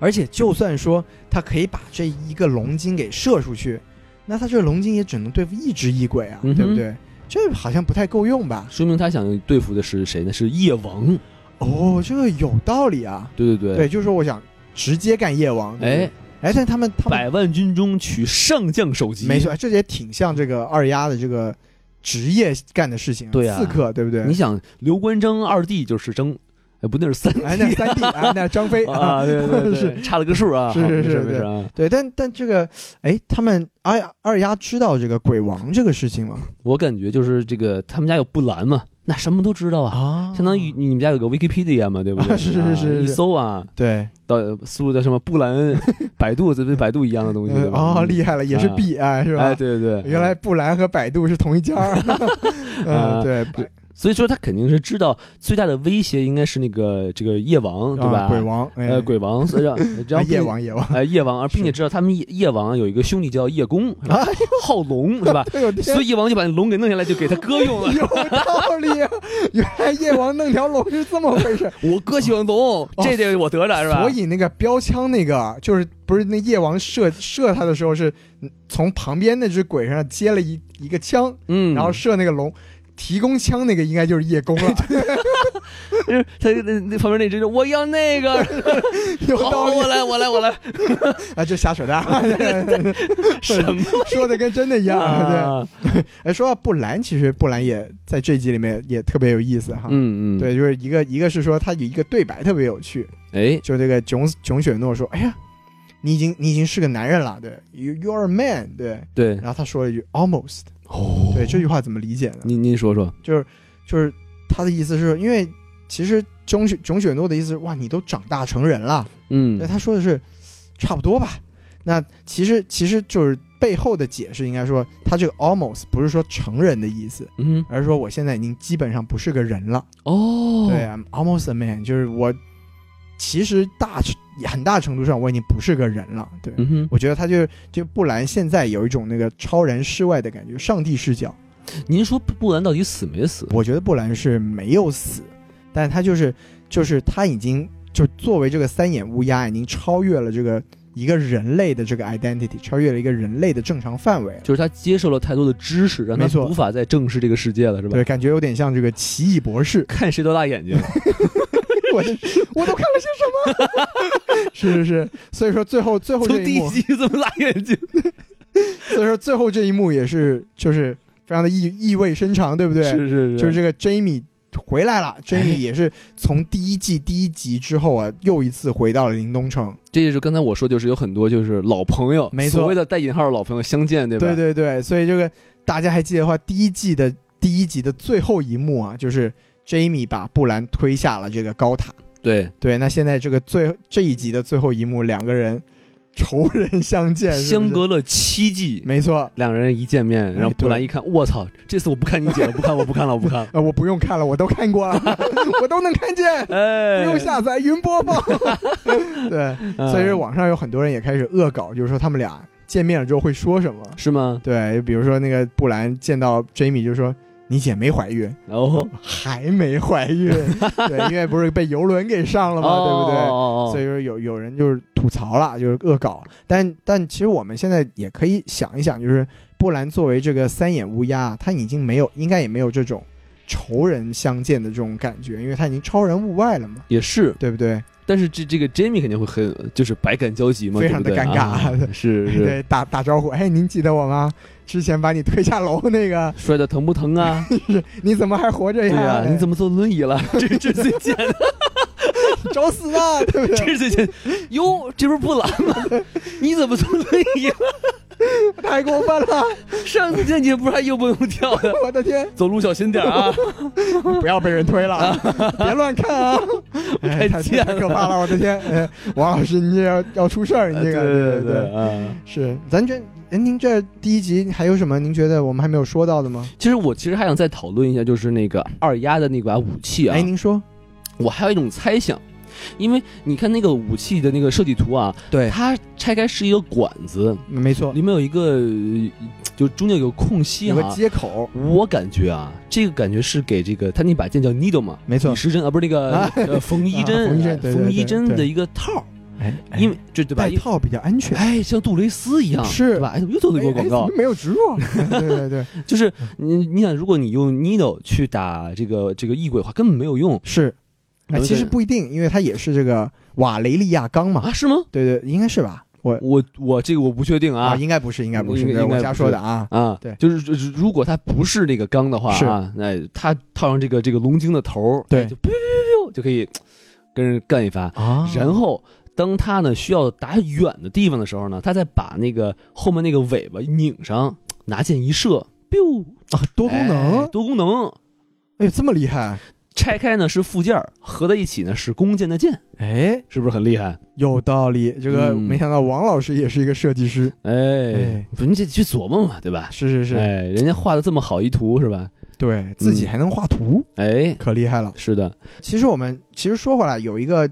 [SPEAKER 1] 而且就算说它可以把这一个龙筋给射出去，那它这个龙筋也只能对付一只异鬼啊，
[SPEAKER 2] 嗯哼
[SPEAKER 1] 对不对？这好像不太够用吧？
[SPEAKER 2] 说明他想对付的是谁呢？是夜王。
[SPEAKER 1] 哦，这个有道理啊。
[SPEAKER 2] 对对嗯对，
[SPEAKER 1] 对，就是说我想直接干夜王。对
[SPEAKER 2] 哎
[SPEAKER 1] 不，对哎，但他们他们
[SPEAKER 2] 百万军中取上将首级，
[SPEAKER 1] 没错，这也挺像这个二丫的这个职业干的事情，
[SPEAKER 2] 对啊
[SPEAKER 1] 刺客，对不对
[SPEAKER 2] 你？想，刘关张二弟就是张，哎，不，那是三
[SPEAKER 1] 哎，那
[SPEAKER 2] 弟
[SPEAKER 1] 是三弟，哎，那是张飞啊。
[SPEAKER 2] 啊，对对 对，
[SPEAKER 1] 是
[SPEAKER 2] 差了个数啊，
[SPEAKER 1] 是
[SPEAKER 2] 好
[SPEAKER 1] 是
[SPEAKER 2] 没事
[SPEAKER 1] 是
[SPEAKER 2] 没事
[SPEAKER 1] 对
[SPEAKER 2] 啊。
[SPEAKER 1] 对，但但这个，哎，他们二丫二丫知道这个鬼王这个事情吗？
[SPEAKER 2] 我感觉就是这个，他们家有布兰嘛，那什么都知道啊，
[SPEAKER 1] 啊
[SPEAKER 2] 相当于你们家有个 Wikipedia 嘛，对不 对？
[SPEAKER 1] 啊是是
[SPEAKER 2] 啊
[SPEAKER 1] 是
[SPEAKER 2] 一
[SPEAKER 1] 是
[SPEAKER 2] 搜啊，
[SPEAKER 1] 对，
[SPEAKER 2] 到输入的什么布兰、 百度，这不是百度一样的东西对
[SPEAKER 1] 嗯
[SPEAKER 2] 吧？
[SPEAKER 1] 哦，厉害了，也是
[SPEAKER 2] 啊
[SPEAKER 1] B 哎，是吧？
[SPEAKER 2] 哎，对对对，
[SPEAKER 1] 原来布兰和百度是同一家儿。 嗯，
[SPEAKER 2] 啊
[SPEAKER 1] 对，
[SPEAKER 2] 所以说他肯定是知道最大的威胁应该是那个这个夜王，对
[SPEAKER 1] 啊
[SPEAKER 2] 吧？
[SPEAKER 1] 鬼王，哎
[SPEAKER 2] 呃，鬼王，所 以让
[SPEAKER 1] 啊
[SPEAKER 2] 然后
[SPEAKER 1] 夜。王，夜王。
[SPEAKER 2] 呃，夜王，而并且
[SPEAKER 1] 是
[SPEAKER 2] 知道他们夜夜王有一个兄弟叫夜公，是吧 好龙是吧？
[SPEAKER 1] 哎呦 天哎
[SPEAKER 2] 所，以夜王就把龙给弄下来，就给他哥用了。
[SPEAKER 1] 有道理啊。原来夜王弄条龙是这么 回事，
[SPEAKER 2] 我哥喜欢龙，这得我得着是吧？
[SPEAKER 1] 哦所以那个标枪那个就是不是那夜王射射他的时候是从旁边那只鬼身上接了一一个枪，
[SPEAKER 2] 嗯，
[SPEAKER 1] 然后射那个龙。提供枪那个应该就是叶公 了，
[SPEAKER 2] 就是他那那旁边那只就我要那个，
[SPEAKER 1] 哎有
[SPEAKER 2] 好，
[SPEAKER 1] 道理
[SPEAKER 2] 我来，我来，我来，
[SPEAKER 1] 啊！这瞎扯 淡，
[SPEAKER 2] 什么啊
[SPEAKER 1] 说的跟真的一样。对，
[SPEAKER 2] 呀？
[SPEAKER 1] 哎，说到布兰，其实布兰也在这集里面也特别有意思哈。
[SPEAKER 2] 嗯嗯，，
[SPEAKER 1] 对，就是一个一个是说他有一个对白特别有趣，
[SPEAKER 2] 哎，
[SPEAKER 1] 就这个囧囧雪诺说：“哎呀，你已经你已经是个男人了，对，you you're a man，对。”
[SPEAKER 2] 对，
[SPEAKER 1] 然后他说了一句 almost，
[SPEAKER 2] 哦
[SPEAKER 1] 对这句话怎么理解呢？
[SPEAKER 2] 您您说说，
[SPEAKER 1] 就是就是他的意思是因为其实囧雪囧雪诺的意思是哇，你都长大成人了，
[SPEAKER 2] 嗯
[SPEAKER 1] 那、，他说的是差不多吧。那其实其实就是背后的解释应该说，他这个 almost 不是说成人的意思，
[SPEAKER 2] 嗯，
[SPEAKER 1] 而是说我现在已经基本上不是个人了。
[SPEAKER 2] 哦，
[SPEAKER 1] 对，I'm 啊 almost a man，就是我其实大很大程度上我已经不是个人了。对，
[SPEAKER 2] 嗯哼，
[SPEAKER 1] 我觉得他就就布兰现在有一种那个超然世外的感觉，上帝视角。
[SPEAKER 2] 您说布兰到底死没死？
[SPEAKER 1] 我觉得布兰是没有死，但他就是就是他已经就作为这个三眼乌鸦，已经超越了这个一个人类的这个 identity，超越了一个人类的正常范围了。
[SPEAKER 2] 就是他接受了太多的知识，让他
[SPEAKER 1] 没错
[SPEAKER 2] 无法再正视这个世界了，是吧，
[SPEAKER 1] 对，？感觉有点像这个奇异博士
[SPEAKER 2] 看谁都大眼睛，
[SPEAKER 1] 我 我都看了些什么？ 是是是，所以说最后最后这
[SPEAKER 2] 从第
[SPEAKER 1] 一
[SPEAKER 2] 一
[SPEAKER 1] 幕，
[SPEAKER 2] 集这么大眼睛，
[SPEAKER 1] 所以说最后这一幕也是就是非常的意意味深长，对不对？
[SPEAKER 2] 是是是，
[SPEAKER 1] 就是这个 Jamie 回来了，Jamie
[SPEAKER 2] 哎
[SPEAKER 1] 也是从第一季第一集之后啊，又一次回到了林东城。
[SPEAKER 2] 这就是刚才我说，就是有很多就是老朋友，
[SPEAKER 1] 没错
[SPEAKER 2] 所谓的带引号的老朋友相见，对吧？
[SPEAKER 1] 对对对，所以这个大家还记得的话，第一季的第一集的最后一幕啊，就是 Jamie 把布兰推下了这个高塔。
[SPEAKER 2] 对
[SPEAKER 1] 对，那现在这个最这一集的最后一幕，两个人仇人相见，是不
[SPEAKER 2] 相
[SPEAKER 1] 是
[SPEAKER 2] 隔了七季，
[SPEAKER 1] 没错。
[SPEAKER 2] 两人一见面，然后
[SPEAKER 1] 哎
[SPEAKER 2] 布兰
[SPEAKER 1] 对
[SPEAKER 2] 一看，我操，这次我不看你姐了，不看我不看了，我 不看了，
[SPEAKER 1] 呃，我不用看了，我都看过了， 我都能看见，不
[SPEAKER 2] 哎，
[SPEAKER 1] 用下载云播放。 对，
[SPEAKER 2] 嗯，
[SPEAKER 1] 所以说网上有很多人也开始恶搞，就是说他们俩见面了之后会说什么。
[SPEAKER 2] 是吗？
[SPEAKER 1] 对，比如说那个布兰见到 Jamie 就说：“你姐没怀孕，
[SPEAKER 2] 然后
[SPEAKER 1] 还没怀 孕。”对，因为不是被游轮给上了吗？对不对？
[SPEAKER 2] 哦
[SPEAKER 1] 所以说有有人就是吐槽了，就是恶搞。但但其实我们现在也可以想一想，就是波兰作为这个三眼乌鸦，他已经没有，应该也没有这种仇人相见的这种感觉，因为他已经超人物外了嘛，
[SPEAKER 2] 也是，
[SPEAKER 1] 对不对？
[SPEAKER 2] 但是这这个 Jamie 肯定会很就是百感交集嘛，
[SPEAKER 1] 非常
[SPEAKER 2] 对不对
[SPEAKER 1] 地尴尬
[SPEAKER 2] 啊是是，
[SPEAKER 1] 对，打打招呼，哎，您记得我吗？之前把你推下楼那个，
[SPEAKER 2] 摔得疼不疼啊？
[SPEAKER 1] 你怎么还活着
[SPEAKER 2] 对
[SPEAKER 1] 呀？
[SPEAKER 2] 呀，你怎么坐轮椅了？这这是最贱的，
[SPEAKER 1] 么 找死啊？对不
[SPEAKER 2] 这
[SPEAKER 1] 对？
[SPEAKER 2] 是最贱的。哟，这不是布兰吗？ 你怎么坐轮椅了？
[SPEAKER 1] 太过分了！
[SPEAKER 2] 上次见你不是还又蹦又跳 的？
[SPEAKER 1] 我的天，
[SPEAKER 2] 走路小心点啊！
[SPEAKER 1] 不要被人推了啊， 别乱看啊！哎，太
[SPEAKER 2] 太贱
[SPEAKER 1] 太可怕了，我的天！哎，王老师，你这要要出事儿，你这个
[SPEAKER 2] 对
[SPEAKER 1] 啊对
[SPEAKER 2] 对，嗯。
[SPEAKER 1] 是，咱这，哎，您这第一集还有什么您觉得我们还没有说到的吗？
[SPEAKER 2] 其实我其实还想再讨论一下，就是那个二丫的那把武器啊
[SPEAKER 1] 哎，，您说，
[SPEAKER 2] 我还有一种猜想，因为你看那个武器的那个设计图啊，
[SPEAKER 1] 对，
[SPEAKER 2] 它拆开是一个管子，
[SPEAKER 1] 没错，
[SPEAKER 2] 里面有一个，呃就中间有个空隙
[SPEAKER 1] 有个
[SPEAKER 2] 啊。
[SPEAKER 1] 接口，
[SPEAKER 2] 我感觉啊，这个感觉是给这个他那把剑叫 needle 嘛，
[SPEAKER 1] 没错
[SPEAKER 2] 李，时珍啊，不是那个
[SPEAKER 1] 啊
[SPEAKER 2] 呃缝衣针，
[SPEAKER 1] 啊缝衣针对对
[SPEAKER 2] 缝衣针
[SPEAKER 1] 对对
[SPEAKER 2] 的一个套儿，
[SPEAKER 1] 哎，
[SPEAKER 2] 因为这对吧
[SPEAKER 1] 戴？套比较安全。
[SPEAKER 2] 哎，像杜蕾斯一样，
[SPEAKER 1] 是
[SPEAKER 2] 对吧？哎，怎么又做了一
[SPEAKER 1] 哎
[SPEAKER 2] 波
[SPEAKER 1] 哎
[SPEAKER 2] 广
[SPEAKER 1] 怎？
[SPEAKER 2] 告
[SPEAKER 1] 么没有植 入啊？对对对，
[SPEAKER 2] 就是你你想，如果你用 needle 去打这个这个异鬼的话，根本没有用
[SPEAKER 1] 是，哎，
[SPEAKER 2] 有
[SPEAKER 1] 其实
[SPEAKER 2] 点
[SPEAKER 1] 不一定，因为它也是这个瓦雷利亚钢嘛，
[SPEAKER 2] 啊？是吗？
[SPEAKER 1] 对对，应该是吧？我
[SPEAKER 2] 我我这个我不确定啊
[SPEAKER 1] 啊，应该不是，应该不是，
[SPEAKER 2] 应该
[SPEAKER 1] 对
[SPEAKER 2] 应该
[SPEAKER 1] 我
[SPEAKER 2] 不
[SPEAKER 1] 瞎
[SPEAKER 2] 是
[SPEAKER 1] 说的啊。
[SPEAKER 2] 啊，
[SPEAKER 1] 对
[SPEAKER 2] 就是就是如果它不是那个钢的话
[SPEAKER 1] 是
[SPEAKER 2] 啊，那它套上这个这个龙晶的头儿，
[SPEAKER 1] 对
[SPEAKER 2] 哎就 biu biu biu biu 就可以嘖跟人干一番。
[SPEAKER 1] 啊
[SPEAKER 2] 然后当他呢需要打远的地方的时候呢，他再把那个后面那个尾巴拧上，嘖拿箭一射，biu，
[SPEAKER 1] 啊，多功能
[SPEAKER 2] 哎，多功能。
[SPEAKER 1] 哎，这么厉害，
[SPEAKER 2] 拆开呢是附件儿，合在一起呢是弓箭的箭，
[SPEAKER 1] 哎，
[SPEAKER 2] 是不是很厉害？
[SPEAKER 1] 有道理。这个
[SPEAKER 2] 嗯
[SPEAKER 1] 没想到王老师也是一个设计师，
[SPEAKER 2] 哎
[SPEAKER 1] 哎，
[SPEAKER 2] 不，你得去琢磨嘛，对吧？
[SPEAKER 1] 是是是，
[SPEAKER 2] 哎，人家画的这么好一图是吧？
[SPEAKER 1] 对自己
[SPEAKER 2] 嗯
[SPEAKER 1] 还能画图，
[SPEAKER 2] 哎，
[SPEAKER 1] 可厉害了。
[SPEAKER 2] 是的，
[SPEAKER 1] 其实我们其实说回来，有一个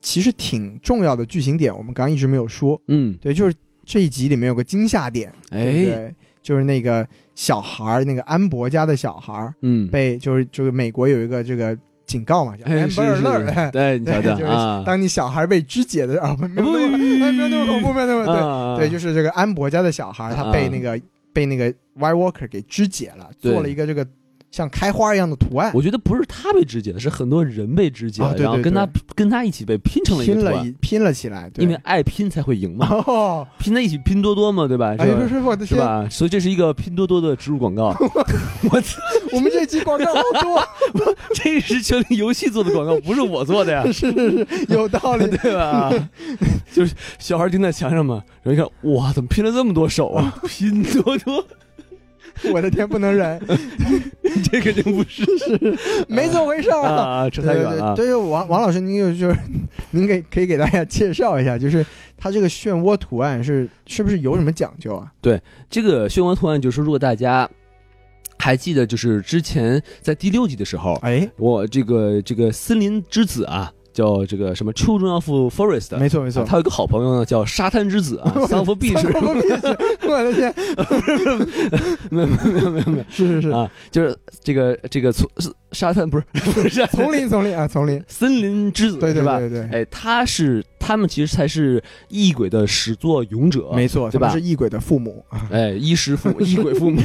[SPEAKER 1] 其实挺重要的剧情点，我们刚刚一直没有说，
[SPEAKER 2] 嗯，
[SPEAKER 1] 对，就是这一集里面有个惊吓点，对不
[SPEAKER 2] 哎，
[SPEAKER 1] 对就是那个小孩儿，那个安博家的小孩儿
[SPEAKER 2] 嗯，
[SPEAKER 1] 被就是就是美国有一个这个警告嘛，叫
[SPEAKER 2] 哎，
[SPEAKER 1] Amber
[SPEAKER 2] 是是
[SPEAKER 1] Alert，
[SPEAKER 2] 是，对，你
[SPEAKER 1] 对，
[SPEAKER 2] 瞧
[SPEAKER 1] 就是
[SPEAKER 2] 瞧啊，
[SPEAKER 1] 当你小孩被肢解的时候，啊没有那么哎没有那么恐怖，没有那么对。
[SPEAKER 2] 啊
[SPEAKER 1] 对，就是这个安博家的小孩，他被
[SPEAKER 2] 啊
[SPEAKER 1] 那个、被那个 Y Walker 给肢解了，
[SPEAKER 2] 对
[SPEAKER 1] 做了一个这个像开花一样的图案，
[SPEAKER 2] 我觉得不是他被肢解，是很多人被肢解
[SPEAKER 1] 啊，对
[SPEAKER 2] 然后
[SPEAKER 1] 对
[SPEAKER 2] 跟他
[SPEAKER 1] 对
[SPEAKER 2] 跟他一起被拼成了一
[SPEAKER 1] 拼
[SPEAKER 2] 个图
[SPEAKER 1] 了
[SPEAKER 2] 案，
[SPEAKER 1] 一拼了起来，对
[SPEAKER 2] 因为爱拼才 会赢嘛，
[SPEAKER 1] 哦，
[SPEAKER 2] 拼在一起拼多多嘛，对吧？
[SPEAKER 1] 哎
[SPEAKER 2] 啊是
[SPEAKER 1] 呦，不
[SPEAKER 2] 吧？
[SPEAKER 1] 是我的
[SPEAKER 2] 是
[SPEAKER 1] 天，
[SPEAKER 2] 吧？所以这是一个拼多多的植入 广告，我操，
[SPEAKER 1] 我们这集广告好多，
[SPEAKER 2] 这是权力游戏做的广告，不是我做的呀，
[SPEAKER 1] 是是是，有道理。
[SPEAKER 2] 对吧？就是小孩盯在墙上嘛，然后一看，哇，怎么拼了这么多手 啊？拼多多，
[SPEAKER 1] 我的天，不能忍，
[SPEAKER 2] 嗯这肯定不 是
[SPEAKER 1] 没这么回事儿啊。
[SPEAKER 2] 啊，扯
[SPEAKER 1] 对
[SPEAKER 2] 太
[SPEAKER 1] 对
[SPEAKER 2] 远了
[SPEAKER 1] 对，
[SPEAKER 2] 啊。
[SPEAKER 1] 对，王王老师，您就就是，您给可以给大家介绍一下，就是它这个漩涡图案是是不是有什么讲究啊？
[SPEAKER 2] 这个漩涡图案就是，如果大家还记得，就是之前在第六季的时候，
[SPEAKER 1] 哎，
[SPEAKER 2] 我这个这个森林之子啊，叫这个什么 Children of Forest，
[SPEAKER 1] 没错没
[SPEAKER 2] 没
[SPEAKER 1] 错，
[SPEAKER 2] 他有一个好朋友呢，叫沙滩之啊子啊，Son of Beach，
[SPEAKER 1] 我们也是我的天，
[SPEAKER 2] 没有没 有没有没有
[SPEAKER 1] 是是是，
[SPEAKER 2] 啊，就是这个这个从是沙滩不是不 是
[SPEAKER 1] 丛林丛林啊，丛林，
[SPEAKER 2] 森林之子
[SPEAKER 1] 对对
[SPEAKER 2] 是吧？
[SPEAKER 1] 对对，
[SPEAKER 2] 哎，他是他们其实才是异鬼的始作俑者，
[SPEAKER 1] 没错，
[SPEAKER 2] 对
[SPEAKER 1] 他们
[SPEAKER 2] 吧
[SPEAKER 1] 是异鬼的父母 啊，
[SPEAKER 2] 哎，衣食父母，异鬼父母，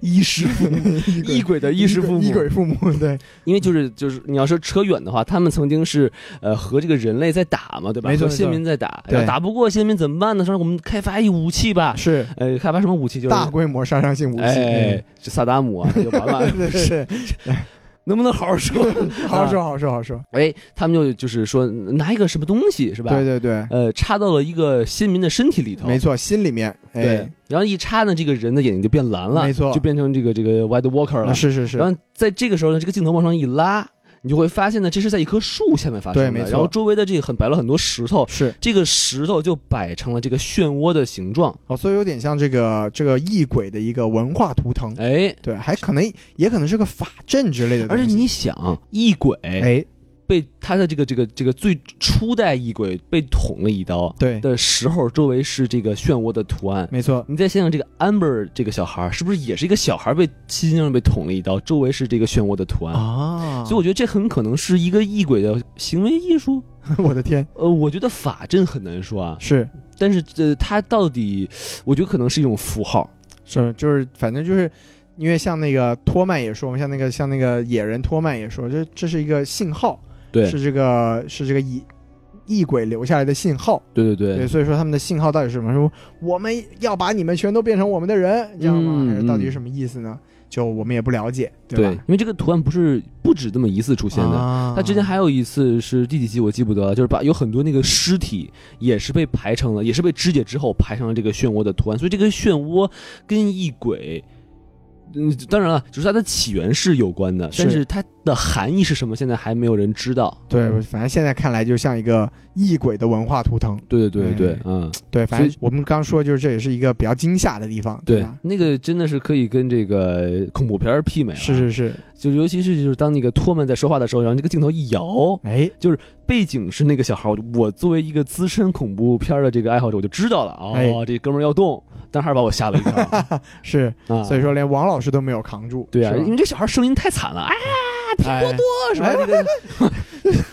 [SPEAKER 2] 衣食父母，异鬼的衣食父母，
[SPEAKER 1] 异鬼父母，对，
[SPEAKER 2] 因为就是就是你要说扯远的话，他们曾经是呃和这个人类在打嘛，对吧？
[SPEAKER 1] 没错
[SPEAKER 2] 和先民在打，
[SPEAKER 1] 没错对
[SPEAKER 2] 打不过先民怎么办呢？说我们开发一武器吧，
[SPEAKER 1] 是哎
[SPEAKER 2] 呃，开发什么武器？就是哎
[SPEAKER 1] 大规模杀伤性武器，
[SPEAKER 2] 哎，这萨达姆啊，就完
[SPEAKER 1] 嗯
[SPEAKER 2] 了。
[SPEAKER 1] 对对对，
[SPEAKER 2] 能不能好好说？
[SPEAKER 1] 好好说，好好说，好好说。
[SPEAKER 2] 哎，他们就就是说拿一个什么东西是吧？
[SPEAKER 1] 对对对，
[SPEAKER 2] 呃，插到了一个先民的身体里头，
[SPEAKER 1] 没错，心里面，
[SPEAKER 2] 对
[SPEAKER 1] 哎，，
[SPEAKER 2] 然后一插呢，这个人的眼睛就变蓝了，
[SPEAKER 1] 没错
[SPEAKER 2] 就变成这个这个 White Walker 了。
[SPEAKER 1] 啊是是是，
[SPEAKER 2] 然后在这个时候呢，这个镜头往上一拉，你就会发现呢，这是在一棵树下面发生的，
[SPEAKER 1] 对没错
[SPEAKER 2] 然后周围的这个很摆了很多石头，
[SPEAKER 1] 是
[SPEAKER 2] 这个石头就摆成了这个漩涡的形状。
[SPEAKER 1] 哦，所以有点像这个这个异鬼的一个文化图腾，
[SPEAKER 2] 哎，
[SPEAKER 1] 对，还可能也可能是个法阵之类的东
[SPEAKER 2] 而
[SPEAKER 1] 西，
[SPEAKER 2] 且你想，异鬼
[SPEAKER 1] 哎，
[SPEAKER 2] 被他的这个这个这个最初代异鬼被捅了一刀
[SPEAKER 1] 对，
[SPEAKER 2] 的时候，周围是这个漩涡的图案。
[SPEAKER 1] 没错，
[SPEAKER 2] 你再想想这个 Amber 这个小孩儿，是不是也是一个小孩儿被轻轻地被捅了一刀，周围是这个漩涡的图案？
[SPEAKER 1] 啊
[SPEAKER 2] 所以我觉得这很可能是一个异鬼的行为艺术。
[SPEAKER 1] 我的天，
[SPEAKER 2] 呃，我觉得法阵很难说啊，
[SPEAKER 1] 是
[SPEAKER 2] 但是呃，它到底，我觉得可能是一种符号。
[SPEAKER 1] 是，就是反正就是。因为像那个托曼也说嘛，像那个像那个野人托曼也说，这这是一个信号，
[SPEAKER 2] 对，
[SPEAKER 1] 是这个是这个异异鬼留下来的信号，
[SPEAKER 2] 对对对
[SPEAKER 1] 对，所以说他们的信号到底是什么？说我们要把你们全都变成我们的人，这样吗？
[SPEAKER 2] 嗯
[SPEAKER 1] 还是到底是什么意思呢？就我们也不了解，
[SPEAKER 2] 对
[SPEAKER 1] 吧？
[SPEAKER 2] 因为这个图案不是不止这么一次出现的。
[SPEAKER 1] 啊
[SPEAKER 2] 它之前还有一次是第几集我记不得了，就是把有很多那个尸体也是被排成了，也是被肢解之后排成了这个漩涡的图案，所以这个漩涡跟异鬼，嗯，当然了，就是它的起源是有关的，
[SPEAKER 1] 是
[SPEAKER 2] 但是它的含义是什么，现在还没有人知道。
[SPEAKER 1] 对，反正现在看来就像一个异鬼的文化图腾。
[SPEAKER 2] 对对对对，
[SPEAKER 1] 哎
[SPEAKER 2] 嗯，
[SPEAKER 1] 对，反正
[SPEAKER 2] 所
[SPEAKER 1] 我们刚说就是这也是一个比较惊吓的地方，
[SPEAKER 2] 对
[SPEAKER 1] 吧，？
[SPEAKER 2] 那个真的是可以跟这个恐怖片儿媲美了，
[SPEAKER 1] 是，是是，
[SPEAKER 2] 就是尤其是就是当那个托曼在说话的时候，然后这个镜头一摇，
[SPEAKER 1] 哎，
[SPEAKER 2] 背景是那个小孩，我我作为一个资深恐怖片的这个爱好者，我就知道了哦，
[SPEAKER 1] 哎
[SPEAKER 2] 这哥们儿要动，但还是把我吓了一跳
[SPEAKER 1] 是，
[SPEAKER 2] 啊。
[SPEAKER 1] 所以说连王老师都没有扛住，
[SPEAKER 2] 对啊，
[SPEAKER 1] 是吧
[SPEAKER 2] 因为这小孩声音太惨了，哎，
[SPEAKER 1] 哎
[SPEAKER 2] 是吧？这个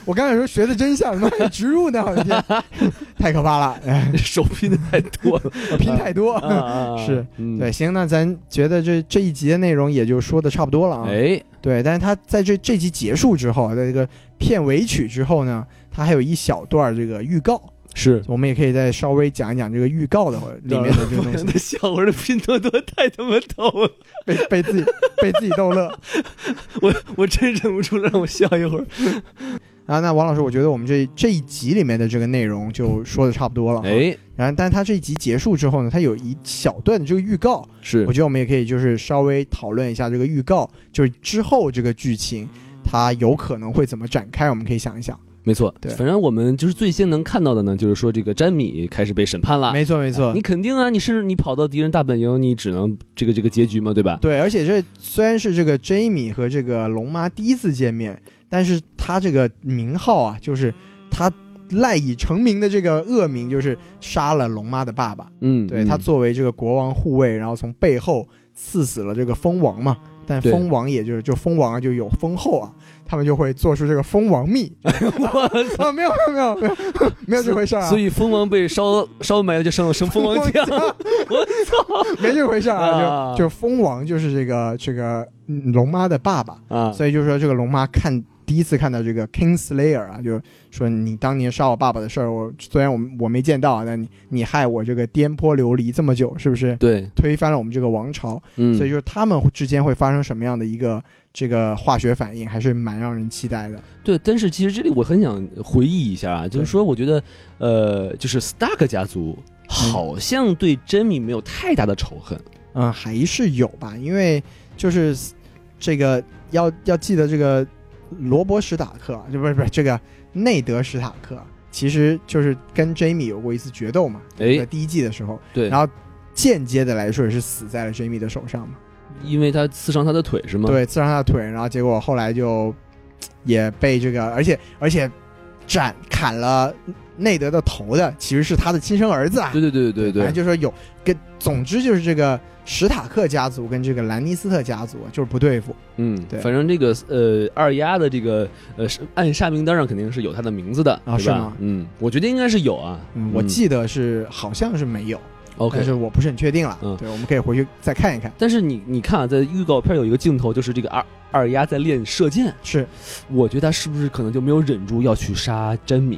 [SPEAKER 1] 我刚才说学的真像，他妈有植入呢，我的天， 太可怕了， 哎，
[SPEAKER 2] 手拼的太 多了，
[SPEAKER 1] 我拼太多。
[SPEAKER 2] 啊啊啊
[SPEAKER 1] 是，
[SPEAKER 2] 嗯
[SPEAKER 1] 对，，行，那咱觉得这这一集的内容也就说的差不多了啊。
[SPEAKER 2] 哎，
[SPEAKER 1] 对，但是他在这这集结束之后，在这个片尾曲之后呢，他还有一小段儿这个预告，
[SPEAKER 2] 是。
[SPEAKER 1] 我们也可以再稍微讲一讲这个预告的里面的这个东 西，
[SPEAKER 2] 的小孩的拼多多太他妈逗了，
[SPEAKER 1] 被被自己被自己逗乐
[SPEAKER 2] 我我真忍不住让我笑一会儿。
[SPEAKER 1] 啊。那王老师，我觉得我们这这一集里面的这个内容就说的差不多了。，啊
[SPEAKER 2] 哎，
[SPEAKER 1] 然后，但是他这一集结束之后呢，他有一小段的这个预告，
[SPEAKER 2] 是
[SPEAKER 1] 我觉得我们也可以就是稍微讨论一下这个预告，就是之后这个剧情它有可能会怎么展开，我们可以想一想。
[SPEAKER 2] 没错，
[SPEAKER 1] 对
[SPEAKER 2] 反正我们就是最先能看到的呢，就是说这个詹米开始被审判了。
[SPEAKER 1] 没错，没错
[SPEAKER 2] 你。肯定啊，你甚至你跑到敌人大本营，你只能这个这个结局嘛，对吧？
[SPEAKER 1] 对，而且这虽然是这个 Jamie 和这个龙妈第一次见面，但是他这个名号啊，就是他赖以成名的这个恶名，就是杀了龙妈的爸爸。
[SPEAKER 2] 嗯，
[SPEAKER 1] 对
[SPEAKER 2] 嗯
[SPEAKER 1] 他作为这个国王护卫，然后从背后刺死了这个蜂王嘛。但
[SPEAKER 2] 对
[SPEAKER 1] 蜂王也就是就蜂王啊，就有蜂后啊，他们就会做出这个蜂王 蜜啊，没有没有没有没有没有这回事儿啊，
[SPEAKER 2] 所以蜂王被烧烧没了，就剩了剩 蜂王酱。我操
[SPEAKER 1] 没这回事儿啊，
[SPEAKER 2] 啊
[SPEAKER 1] 就就蜂王就是这个这个嗯龙妈的爸爸，
[SPEAKER 2] 啊！
[SPEAKER 1] 所以就说这个龙妈看第一次看到这个 King Slayer 啊，就说你当年杀我爸爸的事儿，我虽然我我没见到啊，但你你害我这个颠簸流离这么久，是不是
[SPEAKER 2] 对，
[SPEAKER 1] 推翻了我们这个王朝？
[SPEAKER 2] 嗯，
[SPEAKER 1] 所以就是他们之间会发生什么样的一个这个化学反应，还是蛮让人期待的。
[SPEAKER 2] 对，但是其实这里我很想回忆一下啊，就是说，我觉得，呃，就是 Stark 家族好像对珍妮没有太大的仇恨。
[SPEAKER 1] 嗯，还是有吧，因为就是这个要要记得这个罗伯·史塔克，就不是不是这个内德·史塔克，其实就是跟 Jamie 有过一次决斗嘛，在
[SPEAKER 2] 哎，
[SPEAKER 1] 第一季的时候，
[SPEAKER 2] 对，
[SPEAKER 1] 然后间接的来说也是死在了 Jamie 的手上嘛，
[SPEAKER 2] 因为他刺伤他的腿是吗？，
[SPEAKER 1] 对，刺伤他的腿，然后结果后来就也被这个，而且而且斩砍了内德的头的其实是他的亲生儿子啊，
[SPEAKER 2] 对对对对
[SPEAKER 1] 反正
[SPEAKER 2] 对
[SPEAKER 1] 就说有跟，总之就是这个史塔克家族跟这个兰尼斯特家族就是不对付。
[SPEAKER 2] 嗯，
[SPEAKER 1] 对
[SPEAKER 2] 反正这个呃二丫的这个呃是暗杀名单上肯定是有他的名字的
[SPEAKER 1] 啊
[SPEAKER 2] 对
[SPEAKER 1] 是
[SPEAKER 2] 吧
[SPEAKER 1] 吗
[SPEAKER 2] 嗯，我觉得应该是有啊。
[SPEAKER 1] 嗯，我记得是好像是没有
[SPEAKER 2] OK，
[SPEAKER 1] 但是我不是很确定了。
[SPEAKER 2] 嗯
[SPEAKER 1] 对，我们可以回去再看一看。
[SPEAKER 2] 但是你你看啊，在预告片有一个镜头，就是这个二二丫在练射箭，
[SPEAKER 1] 是，
[SPEAKER 2] 我觉得他是不是可能就没有忍住要去杀珍米？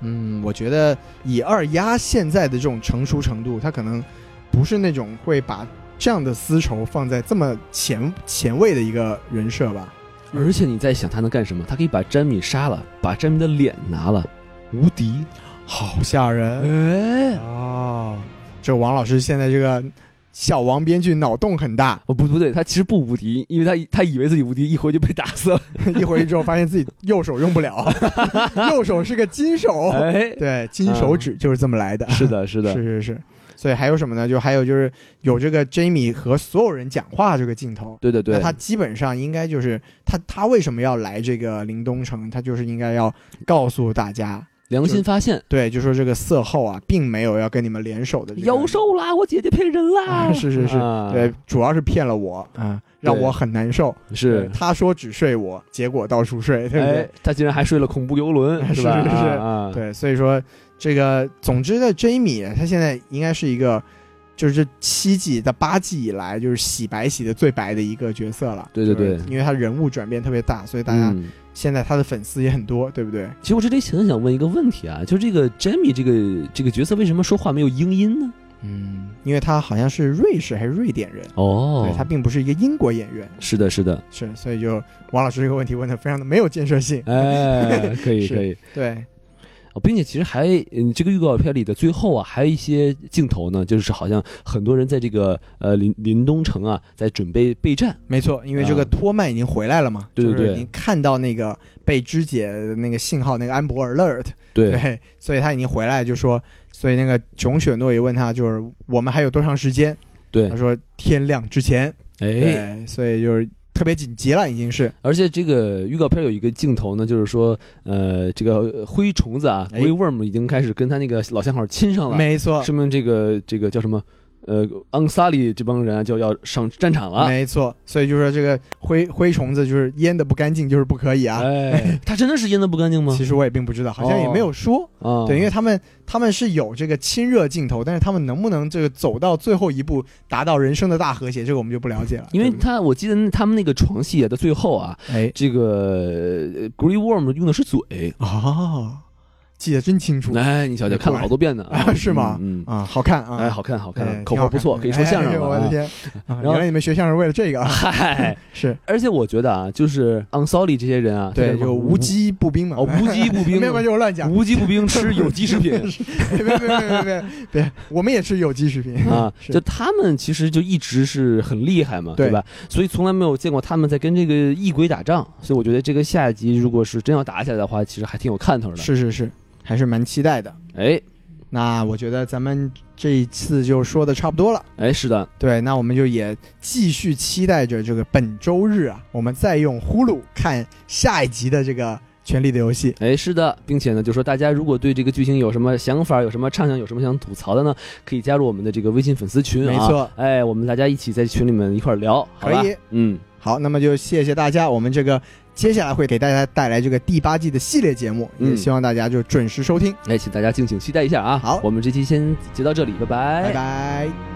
[SPEAKER 1] 嗯，我觉得以二丫现在的这种成熟程度，她可能不是那种会把这样的丝绸放在这么前前卫的一个人设吧。
[SPEAKER 2] 而且你在想他能干什么？他可以把詹米杀了，把詹米的脸拿了，无敌。
[SPEAKER 1] 好吓人
[SPEAKER 2] 哎，
[SPEAKER 1] 哦！这王老师现在这个小王编剧脑洞很大，
[SPEAKER 2] 哦不不对，他其实不无敌，因为他他以为自己无敌，一回就被打死了。
[SPEAKER 1] 一回去之后发现自己右手用不 了， 右手是个金手，
[SPEAKER 2] 哎，
[SPEAKER 1] 哦对，金手指就是这么来的。
[SPEAKER 2] 是的，是的，
[SPEAKER 1] 是是是。所以还有什么呢？就还有就是有这个 Jamie 和所有人讲话这个镜头。
[SPEAKER 2] 对对对
[SPEAKER 1] 那，他基本上应该就是他他为什么要来这个林东城？他就是应该要告诉大家，
[SPEAKER 2] 良心发现，
[SPEAKER 1] 对，就说这个色后啊，并没有要跟你们联手的、这个。
[SPEAKER 2] 妖兽啦，我姐姐骗人啦。
[SPEAKER 1] 啊是是是
[SPEAKER 2] 啊
[SPEAKER 1] 对，主要是骗了我啊，让
[SPEAKER 2] 对
[SPEAKER 1] 我很难受。对
[SPEAKER 2] 是。
[SPEAKER 1] 他说只睡我，结果到处睡，对不对？
[SPEAKER 2] 哎，他竟然还睡了恐怖游轮，
[SPEAKER 1] 是
[SPEAKER 2] 吧？
[SPEAKER 1] 是是
[SPEAKER 2] 啊，啊
[SPEAKER 1] 对，所以说这个，总之呢，Jamie 他现在应该是一个，就是这七季到八季以来，就是洗白洗的最白的一个角色了。
[SPEAKER 2] 对对
[SPEAKER 1] 就是
[SPEAKER 2] 对
[SPEAKER 1] 因为他人物转变特别大，所以大家
[SPEAKER 2] 嗯
[SPEAKER 1] 现在他的粉丝也很多，对不对？
[SPEAKER 2] 其实我这里很想问一个问题啊，就这个 Jamie 这个这个角色为什么说话没有英音呢？
[SPEAKER 1] 嗯，因为他好像是瑞士还是瑞典人，
[SPEAKER 2] 哦
[SPEAKER 1] 对他并不是一个英国演员，
[SPEAKER 2] 是的，是的，
[SPEAKER 1] 是，所以就王老师这个问题问的非常的没有建设性。
[SPEAKER 2] 哎，可以
[SPEAKER 1] 是
[SPEAKER 2] 可以，
[SPEAKER 1] 对，
[SPEAKER 2] 哦并且其实还，嗯，这个预告片里的最后啊，还有一些镜头呢，就是好像很多人在这个呃林林东城啊，在准备备战，
[SPEAKER 1] 没错，因为这个托曼已经回来了嘛，
[SPEAKER 2] 嗯对对
[SPEAKER 1] 就是
[SPEAKER 2] 对
[SPEAKER 1] 已经看到那个被肢解的那个信号，那个安博 alert，
[SPEAKER 2] 对，
[SPEAKER 1] 对，所以他已经回来，就说，所以那个琼雪诺也问他，就是我们还有多长时间？
[SPEAKER 2] 对
[SPEAKER 1] 他，说天亮之前。
[SPEAKER 2] 哎，
[SPEAKER 1] 对，所以就是特别紧急了，已经是
[SPEAKER 2] 而且这个预告片有一个镜头呢，就是说，呃，这个灰虫子啊，
[SPEAKER 1] 哎
[SPEAKER 2] 灰 worm 已经开始跟他那个老相好亲上了，
[SPEAKER 1] 没错，
[SPEAKER 2] 说明这个这个叫什么？呃，昂萨里这帮人啊就要上战场了。
[SPEAKER 1] 没错，所以就说这个灰灰虫子就是腌的不干净，就是不可以啊。
[SPEAKER 2] 哎，嗯他真的是阴的不干净吗？
[SPEAKER 1] 其实我也并不知道，好像也没有说。
[SPEAKER 2] 啊，
[SPEAKER 1] 对，因为他们他们是有这个亲热镜头，但是他们能不能这个走到最后一步，达到人生的大和谐，这个我们就不了解了。
[SPEAKER 2] 因为
[SPEAKER 1] 对不
[SPEAKER 2] 他我记得他们那个床戏啊的最后啊，
[SPEAKER 1] 对哎
[SPEAKER 2] 这个 Green Worm 用的是嘴。
[SPEAKER 1] 哦，记得真清楚
[SPEAKER 2] 哎，你瞧瞧，看了好多 遍呢
[SPEAKER 1] 啊是吗
[SPEAKER 2] 嗯，嗯
[SPEAKER 1] 啊，好看啊，
[SPEAKER 2] 哎，好看，好
[SPEAKER 1] 哎
[SPEAKER 2] 看，口活不错，可以
[SPEAKER 1] 挺好看
[SPEAKER 2] 说相声
[SPEAKER 1] 哎
[SPEAKER 2] 了
[SPEAKER 1] 我的
[SPEAKER 2] 啊。
[SPEAKER 1] 天，啊
[SPEAKER 2] 然后
[SPEAKER 1] 原来你们学相声为了这个 啊？
[SPEAKER 2] 嗨，
[SPEAKER 1] 是
[SPEAKER 2] 而且我觉得啊，就是 On Solly 这些人啊，
[SPEAKER 1] 对，
[SPEAKER 2] 就
[SPEAKER 1] 就无机步 兵嘛，
[SPEAKER 2] 哦，无机步兵
[SPEAKER 1] 没，有关系，我乱讲。
[SPEAKER 2] 无机步兵吃有机食 品
[SPEAKER 1] 别别别别别别别，我们也吃有机食 品
[SPEAKER 2] 啊，
[SPEAKER 1] 是
[SPEAKER 2] 就他们其实就一直是很厉害嘛，
[SPEAKER 1] 对
[SPEAKER 2] 对吧？所以从来没有见过他们在跟这个异鬼打仗，所以我觉得这个下一集如果是真要打起来的话，其实还挺有看头 的。
[SPEAKER 1] 是是是，还是蛮期待的。
[SPEAKER 2] 哎
[SPEAKER 1] 那我觉得咱们这一次就说的差不多了。
[SPEAKER 2] 哎，是的，
[SPEAKER 1] 对，那我们就也继续期待着这个本周日啊，我们再用呼噜看下一集的这个《权力的游戏》。
[SPEAKER 2] 哎是的，并且呢，就说大家如果对这个剧情有什么想法、有什么畅想、有什么想吐槽的呢，可以加入我们的这个微信粉丝群啊。
[SPEAKER 1] 没错，
[SPEAKER 2] 哎，我们大家一起在群里面一块儿聊，好吧
[SPEAKER 1] 可以。
[SPEAKER 2] 嗯，
[SPEAKER 1] 好，那么就谢谢大家，我们这个接下来会给大家带来这个第八季的系列节目，也
[SPEAKER 2] 嗯
[SPEAKER 1] 希望大家就准时收听，
[SPEAKER 2] 哎，请大家敬请期待一下啊。
[SPEAKER 1] 好
[SPEAKER 2] 哎我们这期先截到这里，拜拜
[SPEAKER 1] 拜拜